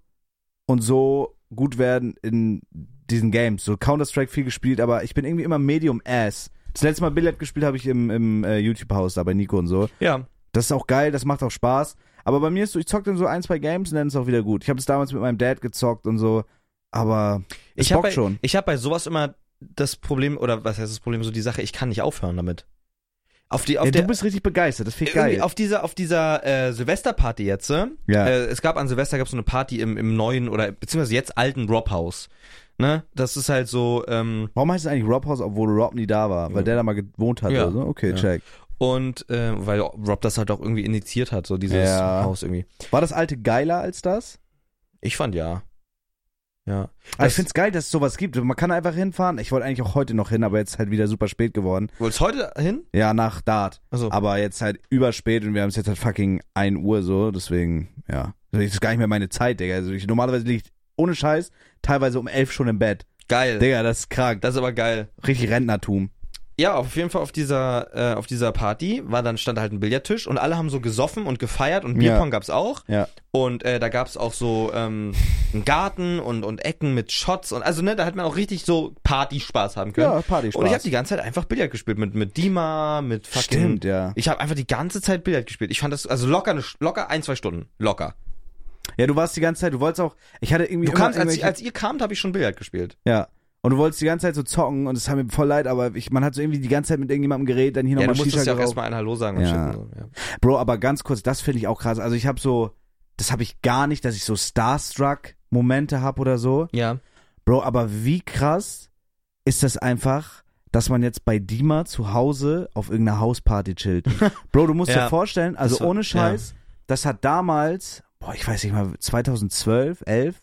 und so gut werden in diesen Games. So Counter-Strike viel gespielt, aber ich bin irgendwie immer Medium Ass. Das letzte Mal Billard gespielt habe ich im, im äh, YouTube-Haus da bei Nico und so.
Ja,
Das ist auch geil, das macht auch Spaß. Aber bei mir ist so, ich zock dann so ein, zwei Games und dann ist auch wieder gut. Ich habe es damals mit meinem Dad gezockt und so, aber es
ich habe
bockt
bei,
schon.
ich hab bei sowas immer das Problem, oder was heißt das Problem, so die Sache, ich kann nicht aufhören damit. Auf die, auf
Ja,
der,
du bist richtig begeistert, das finde ich
irgendwie
geil.
auf dieser, auf dieser äh, Silvesterparty jetzt, äh,
ja.
Äh, es gab an Silvester gab so eine Party im, im neuen oder beziehungsweise jetzt alten Rob House. Ne? Das ist halt so, ähm,
Warum heißt es eigentlich Rob House, obwohl Rob nie da war? Weil
Ja.
der da mal gewohnt hat
Ja.
oder so? Okay,
Ja.
check.
und äh, weil Rob das halt auch irgendwie initiiert hat, so dieses
Ja.
Haus irgendwie.
War das alte geiler als das?
Ich fand ja. Ja.
Aber Ah, ich
Das-
find's geil, dass es sowas gibt. Man kann einfach hinfahren. Ich wollte eigentlich auch heute noch hin, aber jetzt halt wieder super spät geworden.
Wollt's heute hin?
Ja, nach Dart.
Also
Aber jetzt halt überspät und wir haben es jetzt halt fucking 1 Uhr so. Deswegen, ja. Das ist gar nicht mehr meine Zeit, Digga. Also ich, normalerweise liege ich ohne Scheiß teilweise um 11 schon im Bett.
geil.
Digga, das ist krank.
Das ist aber geil.
Richtig Rentnertum.
Ja, auf jeden Fall auf dieser, äh, auf dieser Party war dann stand halt ein Billardtisch und alle haben so gesoffen und gefeiert und
Ja.
Bierpong gab's auch.
Ja.
Und äh, da gab's auch so ähm, einen Garten und, und Ecken mit Shots und also ne, da hat man auch richtig so Partyspaß haben können.
Ja, Party
Und ich habe die ganze Zeit einfach Billard gespielt mit mit Dima, mit fucking
Stimmt, ja.
Ich habe einfach die ganze Zeit Billard gespielt. Ich fand das also locker eine, locker ein, zwei Stunden, locker.
Ja, du warst die ganze Zeit, du wolltest auch. Ich hatte irgendwie.
Du
immer
kamst als,
irgendwelche-
als ihr kamt, habe ich schon Billard gespielt.
Ja. Und du wolltest die ganze Zeit so zocken und es hat mir voll leid, aber ich, man hat so irgendwie die ganze Zeit mit irgendjemandem geredet, dann hier
Ja, du
nochmal
musstest
Shisha
ja auch
geraucht.
erstmal ein Hallo sagen und
Ja.
shit und so, ja.
Bro, aber ganz kurz, das finde ich auch krass. Also ich habe so, das habe ich gar nicht, dass ich so Starstruck-Momente habe oder so.
Ja.
Bro, aber wie krass ist das einfach, dass man jetzt bei Dima zu Hause auf irgendeiner Hausparty chillt. Bro, du musst
Ja.
dir vorstellen, also
Das war-
ohne Scheiß, das hat damals, boah, ich weiß nicht mal, 2012, 11,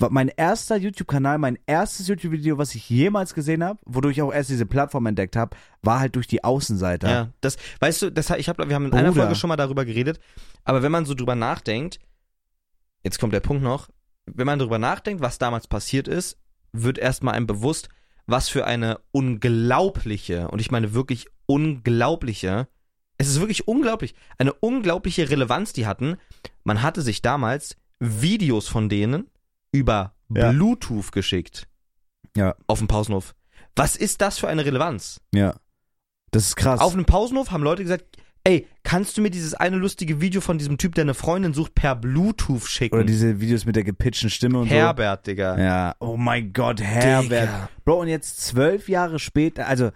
war mein erster YouTube-Kanal, mein erstes YouTube-Video, was ich jemals gesehen habe, wodurch ich auch erst diese Plattform entdeckt habe, war halt durch die Außenseiter.
Ja, das, weißt du, das, ich hab, wir haben in einer
Bruder.
Folge schon mal darüber geredet, aber wenn man so drüber nachdenkt, jetzt kommt der Punkt noch, wenn man drüber nachdenkt, was damals passiert ist, wird erstmal einem bewusst, was für eine unglaubliche, und ich meine wirklich unglaubliche, es ist wirklich unglaublich, eine unglaubliche Relevanz, die hatten. Man hatte sich damals Videos von denen über
Ja.
Bluetooth geschickt.
Ja.
Auf dem Pausenhof. Was ist das für eine Relevanz?
Ja. Das ist krass.
Auf einem Pausenhof haben Leute gesagt, ey, kannst du mir dieses eine lustige Video von diesem Typ, der eine Freundin sucht, per Bluetooth schicken?
Oder diese Videos mit der gepitchten Stimme und so.
Mhm. Herbert, Digga.
Ja, oh mein Gott, Herbert.
Digga.
Bro, und jetzt zwölf Jahre später, also,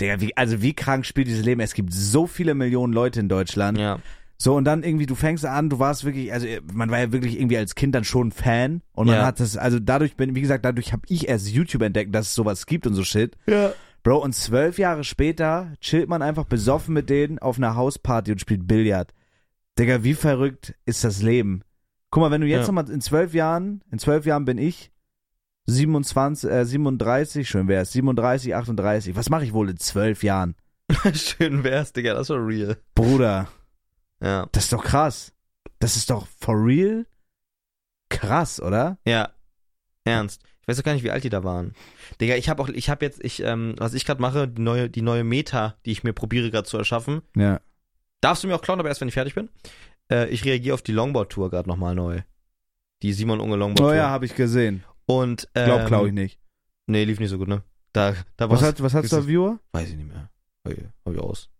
Digga, wie, also wie krank spielt dieses Leben? Es gibt so viele Millionen Leute in Deutschland.
Ja.
So, und dann irgendwie, du fängst an, du warst wirklich, also man war ja wirklich irgendwie als Kind dann schon Fan. Und man
Ja.
hat das, also dadurch bin, wie gesagt, dadurch habe ich erst YouTube entdeckt, dass es sowas gibt und so Shit.
ja.
Bro, und zwölf Jahre später chillt man einfach besoffen mit denen auf einer Hausparty und spielt Billard. Digga, wie verrückt ist das Leben? Guck mal, wenn du jetzt
Ja.
nochmal in zwölf Jahren, in zwölf Jahren bin ich 27, äh, 37, schön wär's, 37, 38. Was mache ich wohl in zwölf Jahren?
Schön wär's, Digga, das war real.
Bruder,
Ja.
das ist doch krass. Das ist doch for real krass, oder?
Ja. Ernst. Ich weiß auch gar nicht, wie alt die da waren. Digga, ich habe auch, ich habe jetzt, ich, ähm, was ich gerade mache, die neue, die neue Meta, die ich mir probiere gerade zu erschaffen.
Ja.
Darfst du mir auch klauen, aber erst wenn ich fertig bin. Äh, ich reagiere auf die Longboard-Tour gerade nochmal neu. Die Simon Unge Longboard
Oh
Tour.
ja, habe ich gesehen.
Und, ähm,
Glaub, glaub ich nicht.
Nee, lief nicht so gut, ne? Da, da
Was
war's-
hat, was hat's
das-
da Viewer?
Weiß ich nicht mehr. Hab ich, hab ich aus.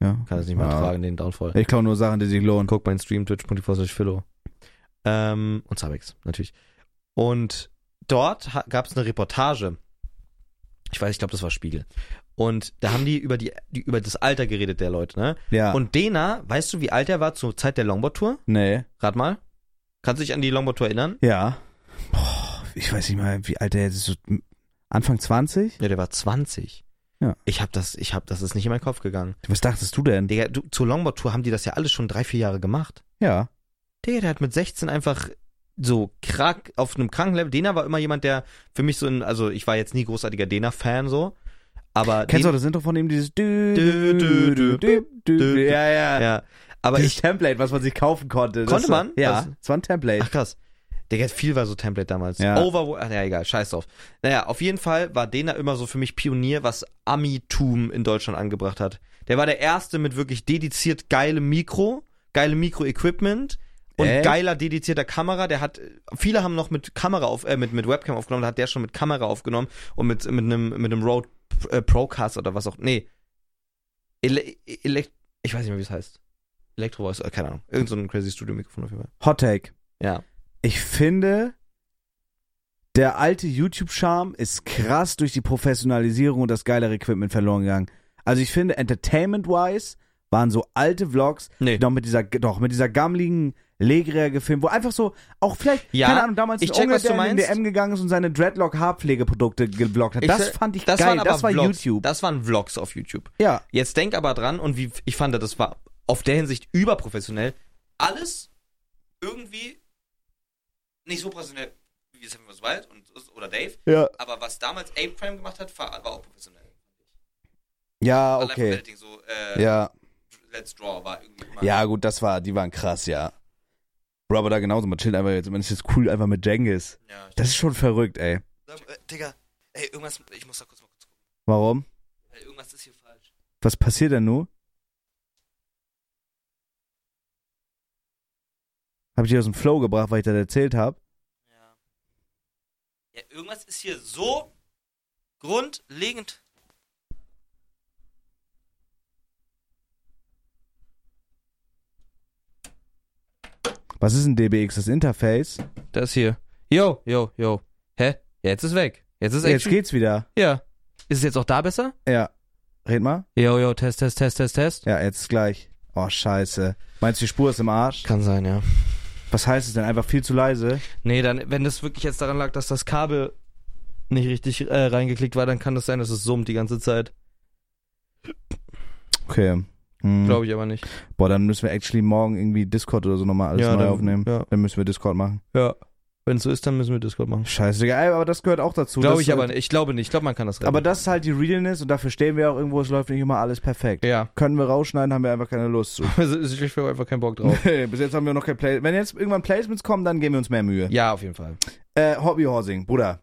Ja.
Kann das nicht mehr
Ja.
ertragen, den Downfall.
Ich glaube nur Sachen, die sich lohnen.
Guck meinen Stream, twitch.tv slash Philo. Ähm, und Zabex, natürlich. Und dort gab es eine Reportage. Ich weiß, ich glaube, das war Spiegel. Und da haben die über die, die über das Alter geredet der Leute, ne?
Ja.
Und Dena, weißt du, wie alt er war zur Zeit der Longboard-Tour?
nee.
Rat mal. Kannst du dich an die Longboard-Tour erinnern?
Ja. Boah, ich weiß nicht mal, wie alt der ist. So Anfang 20?
Ja, der war 20.
Ja.
Ich hab das, ich hab, das ist nicht in meinen Kopf gegangen.
Was dachtest du denn?
Digga, du, zur Longboard-Tour haben die das ja alles schon drei, vier Jahre gemacht.
Ja.
Digga, der hat mit 16 einfach so krank auf einem kranken Level. Dena war immer jemand, der für mich so ein, also ich war jetzt nie großartiger Dena-Fan so, aber
Kennst du auch
Den-
das Intro von ihm, dieses dü,
Dü, dü, dü, dü, dü.
Ja, ja.
ja, aber
Dieses
ich,
Template, was man sich kaufen konnte. Das
Konnte
war-
man?
Ja,
Was?
es war ein Template.
ach krass, Digga, viel war so Template damals.
Ja.
Overwatch, ach ja, egal, scheiß drauf. Naja, auf jeden Fall war Dena immer so für mich Pionier, was Amitum in Deutschland angebracht hat. Der war der erste mit wirklich dediziert geilem Mikro, geilem Mikro-Equipment und
Echt?
geiler dedizierter Kamera. Der hat, viele haben noch mit Kamera auf, äh, mit, mit Webcam aufgenommen, da hat der schon mit Kamera aufgenommen und mit, mit einem, mit einem Rode äh, Procast oder was auch, nee. Ele, Elek- ich weiß nicht mehr, wie es heißt. Electro-Voice, äh, keine Ahnung. Irgend so ein crazy Studio-Mikrofon auf jeden Fall.
Hot Take.
Ja.
Ich finde, der alte YouTube-Charme ist krass durch die Professionalisierung und das geilere Equipment verloren gegangen. Also ich finde, entertainment-wise waren so alte Vlogs
Nee.
noch mit dieser, doch, mit dieser gammeligen Legrea gefilmt, wo einfach so, auch vielleicht,
Ja,
keine Ahnung, damals
ich
ein
check,
Unge,
was du
der in den
meinst.
DM gegangen ist und seine Dreadlock-Haarpflegeprodukte geblockt hat.
Ich
das
sag-
fand ich
das
geil,
waren aber
das war
Vlogs.
YouTube.
Das waren Vlogs auf YouTube.
ja,
Jetzt denk aber dran und wie ich fand, das war auf der Hinsicht überprofessionell. Alles irgendwie nicht so professionell wie Seven vs. Wild und, oder Dave,
ja.
aber was damals Ape Crime gemacht hat, war, war auch professionell.
Ja,
War live
okay.
Editing, so, äh,
Ja.
Let's Draw war irgendwie immer.
Ja, gut, das war, die waren krass, ja. Bro, aber da genauso, man chillt einfach jetzt, man ist jetzt cool einfach mit Jengis.
ja ich
Das ist schon verrückt, ey.
glaub, äh, Digga, ey, irgendwas, ich muss da kurz mal kurz gucken.
Warum?
Ey, Irgendwas ist hier falsch.
Was passiert denn nun? Hab ich dir aus dem Flow gebracht, weil ich das erzählt habe?
Ja. ja, irgendwas ist hier so grundlegend.
Was ist ein DBX, das Interface?
Das hier. Yo, yo, yo. Hä? Jetzt ist weg. Jetzt ist
Jetzt
Action.
geht's wieder.
Ja. Ist es jetzt auch da besser?
Ja. Red mal?
Yo, yo, Test, Test, Test, Test, Test.
Ja, jetzt gleich. Oh, scheiße. Meinst du, die Spur ist im Arsch?
Kann sein, ja.
Was heißt es denn? Einfach viel zu leise?
Nee, dann, wenn das wirklich jetzt daran lag, dass das Kabel nicht richtig äh, reingeklickt war, dann kann das sein, dass es summt die ganze Zeit.
Okay. Hm.
Glaube ich aber nicht.
Boah, dann müssen wir actually morgen irgendwie Discord oder so nochmal alles
Ja,
neu
dann-
aufnehmen.
ja.
Dann müssen wir Discord machen.
Ja. Wenn es so ist, dann müssen wir Discord machen.
Scheiße, Digga. Ey, aber das gehört auch dazu.
Glaube
Das-
ich aber nicht. Ich glaube nicht. Ich glaube, man kann das retten.
Aber das ist halt die Realness und dafür stehen wir auch irgendwo, es läuft nicht immer alles perfekt.
Ja. Also,
Können wir rausschneiden, haben wir einfach keine Lust zu.
Ich habe einfach keinen Bock drauf.
Nee, Bis jetzt haben wir noch kein Play. Wenn jetzt irgendwann Placements kommen, dann geben wir uns mehr Mühe.
ja, auf jeden Fall.
Äh, Hobbyhorsing, Bruder.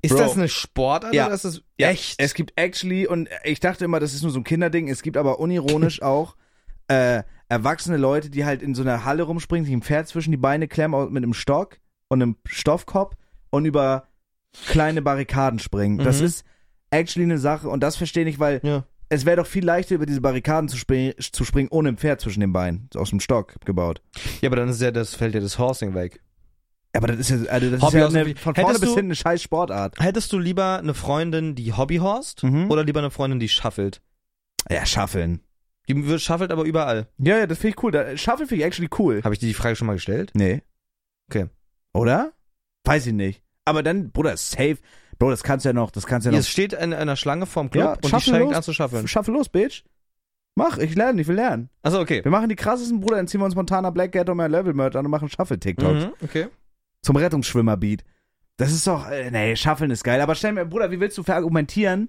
Ist
Bro.
das eine Sportart?
Ja.
Oder ist das
Ja,
echt?
Es gibt actually, und ich dachte immer, das ist nur so ein Kinderding, es gibt aber unironisch auch äh, erwachsene Leute, die halt in so einer Halle rumspringen, sich ein Pferd zwischen die Beine klemmen au- mit einem Stock und einem Stoffkopf und über kleine Barrikaden springen. Das
Mhm.
ist actually eine Sache und das verstehe ich, weil
ja.
es wäre doch viel leichter, über diese Barrikaden zu, spring zu springen, ohne ein Pferd zwischen den Beinen. Aus dem Stock gebaut.
ja, aber dann ist ja das, fällt ja das Horsing weg.
Aber das ist ja, also das ist
Hobby
ja
aus dem
eine,
Wie-
von vorne
Hättest
bis
du-
hinten eine scheiß Sportart.
Hättest du lieber eine Freundin, die Hobby horst
Mhm.
oder lieber eine Freundin, die schaffelt?
Ja, Schaffeln.
Die wird- schaffelt aber überall.
Ja, ja, das finde ich cool. Da- Schaffeln finde ich actually cool.
Habe ich dir die Frage schon mal gestellt?
Nee.
Okay.
Oder? Weiß ich nicht. Aber dann, Bruder, safe. Bro, das kannst du ja noch, das kannst du ja
es steht in einer Schlange vorm Club
Ja,
und die
schaffel
steigt
los.
an zu
noch.
schaffeln.
Schaffe los, Bitch. Mach, ich lerne, ich will lernen.
Achso, okay.
Wir machen die krassesten, Bruder, dann ziehen wir uns Montana Black Ghetto und mehr Level Murder und machen Shuffle-TikToks.
Mhm, okay.
Zum Rettungsschwimmer-Beat. Das ist doch, äh, nee, Schaffeln ist geil. Aber stell mir, Bruder, wie willst du verargumentieren,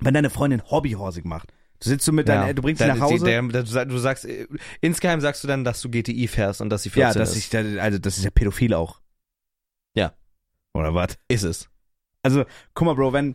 wenn deine Freundin Hobbyhorsig macht? Du sitzt du mit deinen, äh,
Ja.
du bringst sie
Da-
nach Hause.
die- der- der- du sag- du sagst, äh, insgeheim sagst du dann, dass du GTI fährst und dass sie 14
ja, das
ist.
ist, also das ist ja pädophil auch.
Ja.
Oder was?
ist es.
Also, guck mal, Bro, wenn,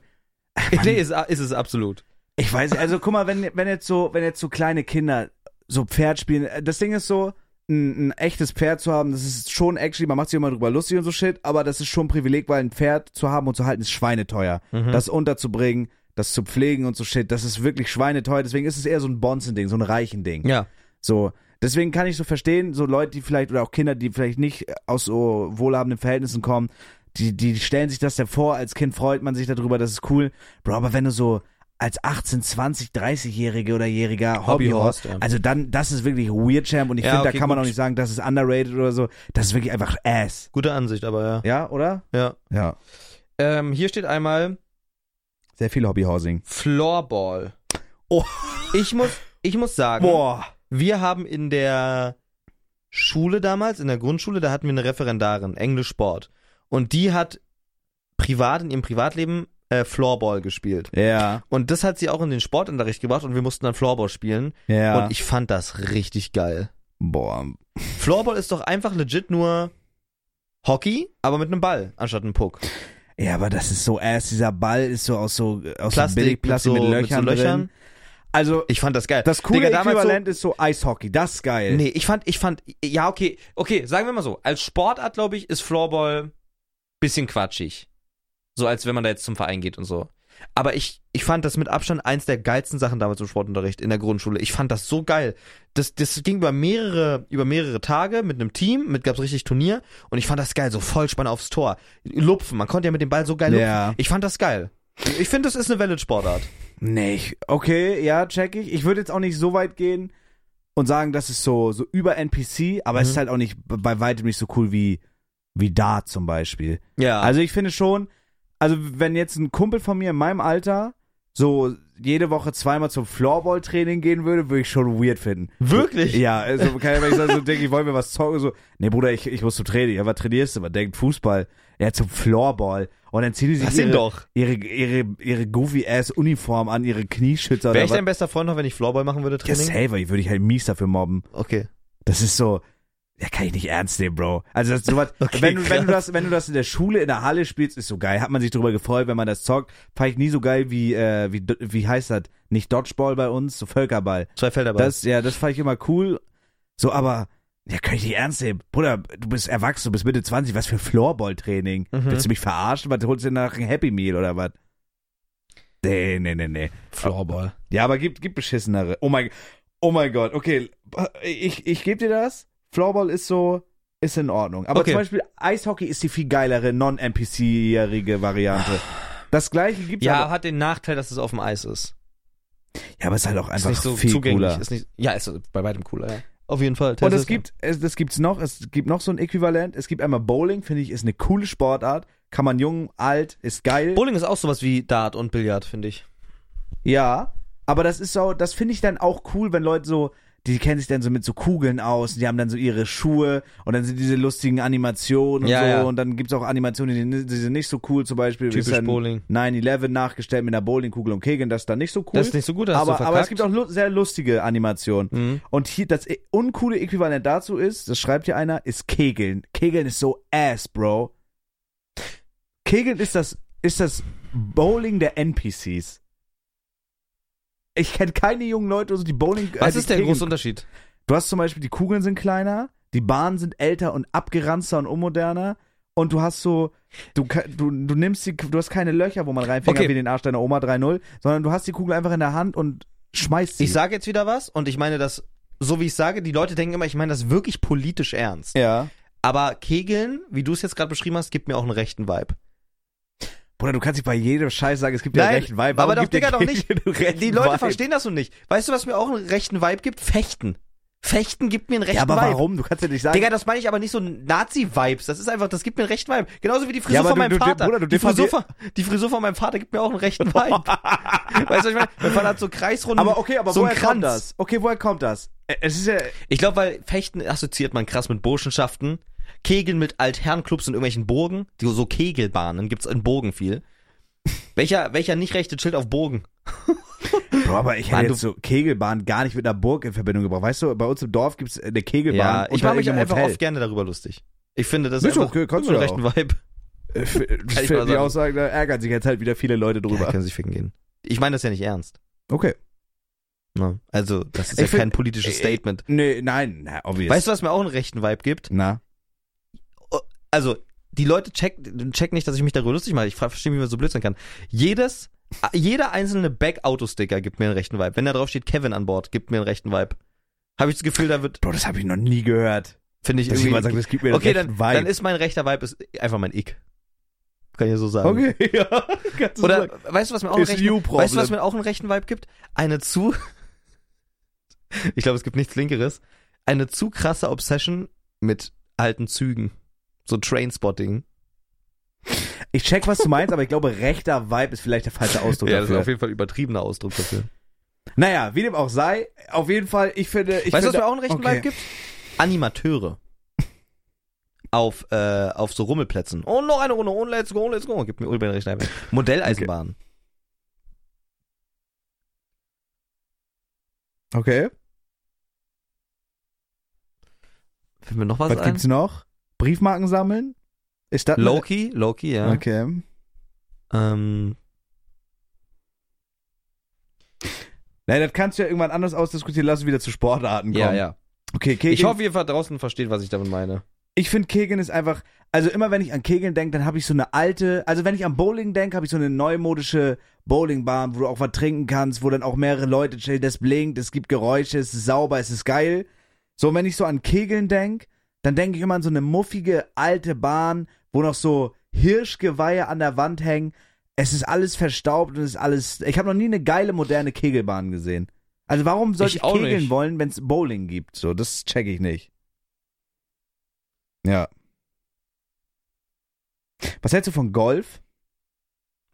nee, ist, ah, ist es absolut.
Ich weiß, nicht, also guck mal, wenn, wenn jetzt so, wenn jetzt so kleine Kinder so Pferd spielen, äh, das Ding ist so, ein, ein echtes Pferd zu haben, das ist schon actually, man macht sich immer drüber lustig und so shit, aber das ist schon ein Privileg, weil ein Pferd zu haben und zu halten ist schweineteuer. Das unterzubringen, das zu pflegen und so shit, das ist wirklich schweineteuer, deswegen ist es eher so ein Bonzen-Ding, so ein reichen Ding.
Ja.
So, deswegen kann ich so verstehen, so Leute, die vielleicht, oder auch Kinder, die vielleicht nicht äh, aus so wohlhabenden Verhältnissen kommen, die, die stellen sich das ja vor, als Kind freut man sich darüber, das ist cool. Bro, aber wenn du so als 18, 20, 30-Jährige oder Jähriger Hobbyhorst,
Hobbyhorst, ja.
also dann, das ist wirklich Weird Champ und ich
Ja,
finde,
okay,
da kann man
gut.
auch nicht sagen, das ist underrated oder so. Das ist wirklich einfach Ass.
Gute Ansicht, aber ja.
Ja, oder?
Ja.
Ja.
Ähm, hier steht einmal
Sehr viel Hobbyhousing.
Floorball.
Oh.
Ich muss, ich muss sagen,
Boah.
wir haben in der Schule damals, in der Grundschule, da hatten wir eine Referendarin, Englisch Sport. Und die hat privat, in ihrem Privatleben, äh, Floorball gespielt.
Ja.
Und das hat sie auch in den Sportunterricht gebracht und wir mussten dann Floorball spielen.
Ja.
Und ich fand das richtig geil.
Boah.
Floorball ist doch einfach legit nur Hockey, aber mit einem Ball anstatt einem Puck.
Ja, aber das ist so Ass. Dieser Ball ist so aus so, aus so
Plastik,
Billigplastik mit,
so-
Löchern,
mit so
drin. Also,
Ich fand das geil.
das coole
Digga, damals
Äquivalent ist so Eishockey. Das ist
So,
geil.
nee, ich fand, ich fand, ja, okay, okay, sagen wir mal so. Als Sportart, glaube ich, ist Floorball bisschen quatschig. So, als wenn man da jetzt zum Verein geht und so. Aber ich, ich fand das mit Abstand eins der geilsten Sachen damals im Sportunterricht in der Grundschule. Ich fand das so geil. Das, das ging über mehrere, über mehrere Tage mit einem Team, mit gab's richtig Turnier und ich fand das geil, so Vollspann aufs Tor. Lupfen, man konnte ja mit dem Ball so geil lupfen.
Ja.
Ich fand das geil. Ich finde, das ist eine Valid-Sportart.
Nee, ich- okay, ja, check ich. Ich würde jetzt auch nicht so weit gehen und sagen, das ist so, so über NPC, aber
Mhm.
es ist halt auch nicht b- bei weitem nicht so cool wie, wie Dart zum Beispiel.
Ja.
Also ich finde schon, also wenn jetzt ein Kumpel von mir in meinem Alter so jede Woche zweimal zum Floorball-Training gehen würde, würde ich schon weird finden.
wirklich?
Ja, also kann ja wenn ich sagen, so denke ich, wollen wir was zocken? So, nee, Bruder, ich, ich muss zum Training. Ja, was trainierst du? Man denkt Fußball. Ja, zum Floorball. Und dann ziehen die sich
Lass ihn
ihre,
doch.
ihre, ihre, ihre goofy-ass-Uniform an, ihre Knieschützer.
Wäre
oder
ich dein bester Freund noch, wenn ich Floorball machen würde,
was.
Training?
Ja, safe, ich würde ich halt mies dafür mobben.
Okay.
Das ist so, ja, kann ich nicht ernst nehmen, Bro. Also, das ist sowas,
Okay,
wenn, du, wenn, du
krass.
das, wenn du das in der Schule, in der Halle spielst, ist so geil. Hat man sich drüber gefreut, wenn man das zockt. Fand ich nie so geil wie, äh, wie, Do- wie heißt das? Nicht Dodgeball bei uns, so Völkerball.
Zwei Felder
Das, ja, das fand ich immer cool. So, aber, ja, kann ich nicht ernst nehmen. Bruder, du bist erwachsen, du bist Mitte 20, was für Floorball-Training?
Mhm.
Willst du mich verarschen? Was holst du denn nach ein Happy Meal oder was? Nee, nee, nee, nee.
Floorball.
Ja, aber gibt, gibt beschissenere. Oh mein, oh mein Gott, okay. Ich, ich gebe dir das. Floorball ist so, ist in Ordnung. Aber
Okay.
zum Beispiel Eishockey ist die viel geilere, non-NPC-jährige Variante. Das gleiche gibt's
Ja,
aber.
hat den Nachteil, dass es auf dem Eis ist.
Ja, aber ist halt auch
Ist
einfach
nicht so
viel
zugänglich.
cooler.
Ist nicht, ja, ist bei weitem cooler. Ja. Auf jeden Fall.
Und es gibt, es, das gibt's noch, es gibt noch so ein Äquivalent. Es gibt einmal Bowling, finde ich, ist eine coole Sportart. Kann man jung, alt, ist geil.
Bowling ist auch sowas wie Dart und Billard, finde ich.
ja. Aber das ist so, das finde ich dann auch cool, wenn Leute so, die kennen sich dann so mit so Kugeln aus, und die haben dann so ihre Schuhe und dann sind diese lustigen Animationen und
Ja,
so.
ja.
Und dann gibt's auch Animationen, die, die sind nicht so cool, zum Beispiel
Typisch
ist dann
Bowling.
9-11 nachgestellt mit einer Bowlingkugel und Kegeln, das ist dann nicht so cool.
Das ist nicht so gut, da hast du
aber,
verkackt.
aber es gibt auch lu sehr lustige Animationen.
Mhm.
Und hier das e- uncoole Äquivalent dazu ist, das schreibt hier einer, ist Kegeln. Kegeln ist so ass, Bro. Kegeln ist das, ist das Bowling der NPCs. Ich kenne keine jungen Leute, also die Bowling. äh,
Was
die
ist der
Kegeln-
große Unterschied?
Du hast zum Beispiel, die Kugeln sind kleiner, die Bahnen sind älter und abgeranzter und unmoderner. Und du hast so, du, ka- du, du nimmst die, du hast keine Löcher, wo man reinfängt
Okay.
wie den Arsch deiner Oma 3-0, sondern du hast die Kugel einfach in der Hand und schmeißt sie.
Ich sage jetzt wieder was und ich meine das, so wie ich sage, die Leute denken immer, ich meine das wirklich politisch ernst.
ja.
Aber Kegeln, wie du es jetzt gerade beschrieben hast, gibt mir auch einen rechten Vibe.
Bruder, du kannst dich bei jedem Scheiß sagen, es gibt ja
Nein,
einen rechten Vibe.
aber
Warum
doch,
gibt der
Digga, doch
Kirche
nicht.
den rechten
Die Leute
Vibe?
verstehen das so nicht. Weißt du, was mir auch einen rechten Vibe gibt? Fechten. Fechten gibt mir einen rechten
Ja, aber
Vibe.
warum? Du kannst ja nicht sagen.
Digga, das meine ich aber nicht so Nazi-Vibes. Das ist einfach, das gibt mir einen rechten Vibe. Genauso wie die Frisur
aber
von
du-
meinem
du- du-
Vater.
Bruder, du
die, Frisur
diffamier-
von, die Frisur von meinem Vater gibt mir auch einen rechten Vibe. weißt du, was ich meine? Mein Vater hat so kreisrunden.
aber okay, aber
so einen
woher
Kranz. Äh,
kommt das? Okay, woher kommt das? Ä- Es ist ja.
Ich glaube, weil Fechten assoziiert man krass mit Burschenschaften. Kegeln mit Altherrenclubs und irgendwelchen Burgen. Die, so Kegelbahnen gibt's in Burgen viel. Welcher, welcher nicht rechte Schild auf Burgen?
Bro, aber ich
Mann,
hätte
du-
jetzt so Kegelbahn gar nicht mit einer Burg in Verbindung gebracht. Weißt du, bei uns im Dorf gibt's eine Kegelbahn.
Ja, ich
unter
mache mich
irgendeinem
einfach
Hotel.
oft gerne darüber lustig. Ich finde, das ist
Ist
einfach
okay, kannst
einen
du ja
rechten Vibe.
Äh, f-
mal
f-
sagen.
Die Aussagen, da ärgern sich jetzt halt wieder viele Leute
Ja,
drüber.
können sich ficken gehen. Ich meine das ja nicht ernst.
Okay.
Ne? Also, das ist
Ich
ja
find-
kein politisches Statement.
Nee, nein, na, obvious.
Weißt du, was mir auch einen rechten Vibe gibt?
Na?
Also, die Leute checken check nicht, dass ich mich darüber lustig mache. Ich fra- verstehe, wie man so blöd sein kann. Jedes, jeder einzelne Back-Auto-Sticker gibt mir einen rechten Vibe. Wenn da drauf steht Kevin an Bord, gibt mir einen rechten Vibe. Habe ich das Gefühl, da wird,
Bro, das habe ich noch nie gehört.
finde ich
Dass
irgendwie.
jemand sagt, das gibt mir
okay,
einen
dann,
rechten
dann
Vibe.
ist mein rechter Vibe ist einfach mein Ick. Kann ich ja so sagen.
okay, ja. kannst du
Oder
sagen.
weißt du, was mir auch einen
Ist you
rechten, weißt du, was
problem.
mir auch einen rechten Vibe gibt? Eine zu Ich glaube, es gibt nichts linkeres. Eine zu krasse Obsession mit alten Zügen. So Trainspotting.
Ich check, was du meinst, aber ich glaube, rechter Vibe ist vielleicht der falsche Ausdruck dafür.
jeden Fall ein übertriebener Ausdruck dafür.
naja, wie dem auch sei, auf jeden Fall, ich finde... Ich
weißt du, was
finde,
mir auch einen rechten
okay.
Vibe gibt? Animateure. Auf, äh, auf so Rummelplätzen. Oh, noch eine Runde. Oh, let's go, let's go. Gib mir Ulbein recht ein. Modelleisenbahn.
Okay,
Finden wir noch was,
was,
ein?
gibt's noch? Briefmarken sammeln? Ist das...
Loki, Loki, ja.
Okay.
Ähm,
Nein, das kannst du ja irgendwann anders ausdiskutieren lassen, wieder zu Sportarten kommen.
ja, ja.
Okay, Kegen,
Ich hoffe, ihr da draußen versteht, was ich damit meine.
ich finde Kegeln ist einfach, also immer wenn ich an Kegeln denke, dann habe ich so eine alte, also wenn ich an Bowling denke, habe ich so eine neumodische Bowlingbahn, wo du auch was trinken kannst, wo dann auch mehrere Leute chillen, das blinkt, es gibt Geräusche, es ist sauber, es ist geil. So, und wenn ich so an Kegeln denke, dann denke ich immer an so eine muffige alte Bahn, wo noch so Hirschgeweihe an der Wand hängen. Es ist alles verstaubt und es ist alles. Ich habe noch nie eine geile moderne Kegelbahn gesehen. Also warum sollte
Ich
ich,
auch
kegeln
nicht.
wollen, wenn es Bowling gibt? So, das check ich nicht. Ja. Was hältst du von Golf?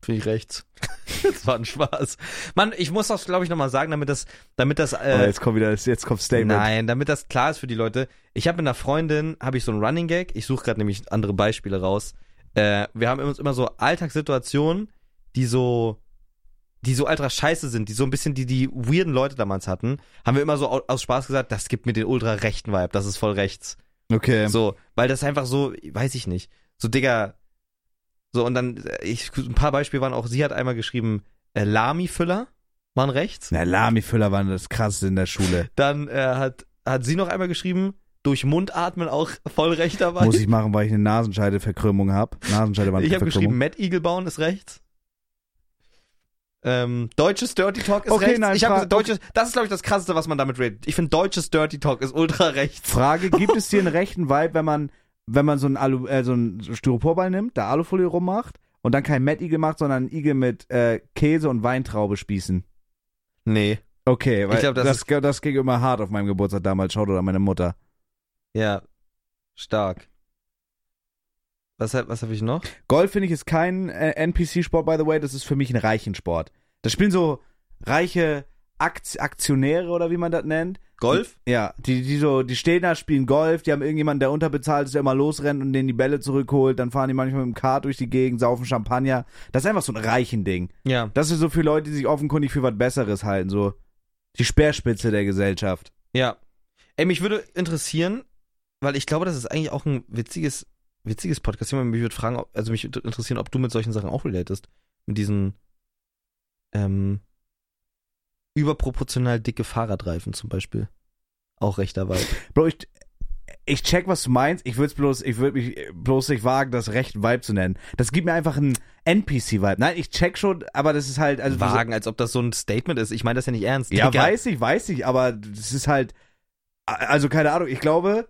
Finde ich rechts. das war ein Spaß. Mann, ich muss das, glaube ich, nochmal sagen, damit das, damit das,
oh,
äh,
jetzt kommt wieder, jetzt kommt Statement.
nein, damit das klar ist für die Leute. Ich habe mit einer Freundin, habe ich so einen Running Gag. Ich suche gerade nämlich andere Beispiele raus. Äh, wir haben uns immer so Alltagssituationen, die so, die so ultra scheiße sind, die so ein bisschen die, die weirden Leute damals hatten, haben wir immer so au- aus Spaß gesagt, das gibt mir den ultra rechten Vibe, das ist voll rechts.
Okay.
So, weil das einfach so, weiß ich nicht. So, Digga. So, und dann, äh, ich, ein paar Beispiele waren auch, sie hat einmal geschrieben, äh, Lami-Füller waren rechts.
Na, Lamifüller waren das krasseste in der Schule.
Dann äh, hat, hat sie noch einmal geschrieben, durch Mund atmen auch voll recht dabei.
Muss ich machen, weil ich eine Nasenscheideverkrümmung habe. Nasenscheidewand.
ich habe geschrieben, Matt Eagle bauen ist rechts. Ähm, deutsches Dirty Talk ist
Okay,
rechts.
nein,
ich hab
fra-
gesagt, deutsches, das ist glaube ich das krasseste, was man damit redet. Ich finde deutsches Dirty Talk ist ultra rechts.
Frage, gibt es dir einen rechten Vibe, wenn man, wenn man so einen, Alu, äh, so einen Styroporball nimmt, da Alufolie rummacht und dann kein Mad Igel macht, sondern einen Igel mit äh, Käse und Weintraube spießen?
Nee.
Okay, weil
glaub, das
das, das, ging immer hart auf meinem Geburtstag damals. Schaut oder meine Mutter.
Ja. Stark. Was, hab- was habe ich noch?
Golf finde ich ist kein äh, NPC-Sport, by the way. Das ist für mich ein reichen Sport. Das spielen so reiche Akt Aktionäre oder wie man das nennt.
Golf?
Ja, die, die so, die stehen da, spielen Golf, die haben irgendjemanden, der unterbezahlt ist, der immer losrennt und denen die Bälle zurückholt, dann fahren die manchmal mit dem Kart durch die Gegend, saufen Champagner. Das ist einfach so ein reichen Ding.
Ja,
Das ist so für Leute, die sich offenkundig für was Besseres halten, so die Speerspitze der Gesellschaft.
ja. Ey, mich würde interessieren, weil ich glaube, das ist eigentlich auch ein witziges, witziges Podcast. Jemand mich würde fragen, ob- also mich würde interessieren, ob du mit solchen Sachen auch relatest. Mit diesen ähm, überproportional dicke Fahrradreifen zum Beispiel. Auch recht dabei.
Bro, ich, ich check, was du meinst. Ich würde bloß, ich würde mich äh, bloß nicht wagen, das rechten Vibe zu nennen. Das gibt mir einfach einen NPC-Vibe. Nein, ich check schon, aber das ist halt, also du-
Wagen, als ob das so ein Statement ist. Ich meine das ja nicht ernst.
Ja,
Digga.
weiß ich, weiß ich, aber das ist halt. Also keine Ahnung, ich glaube,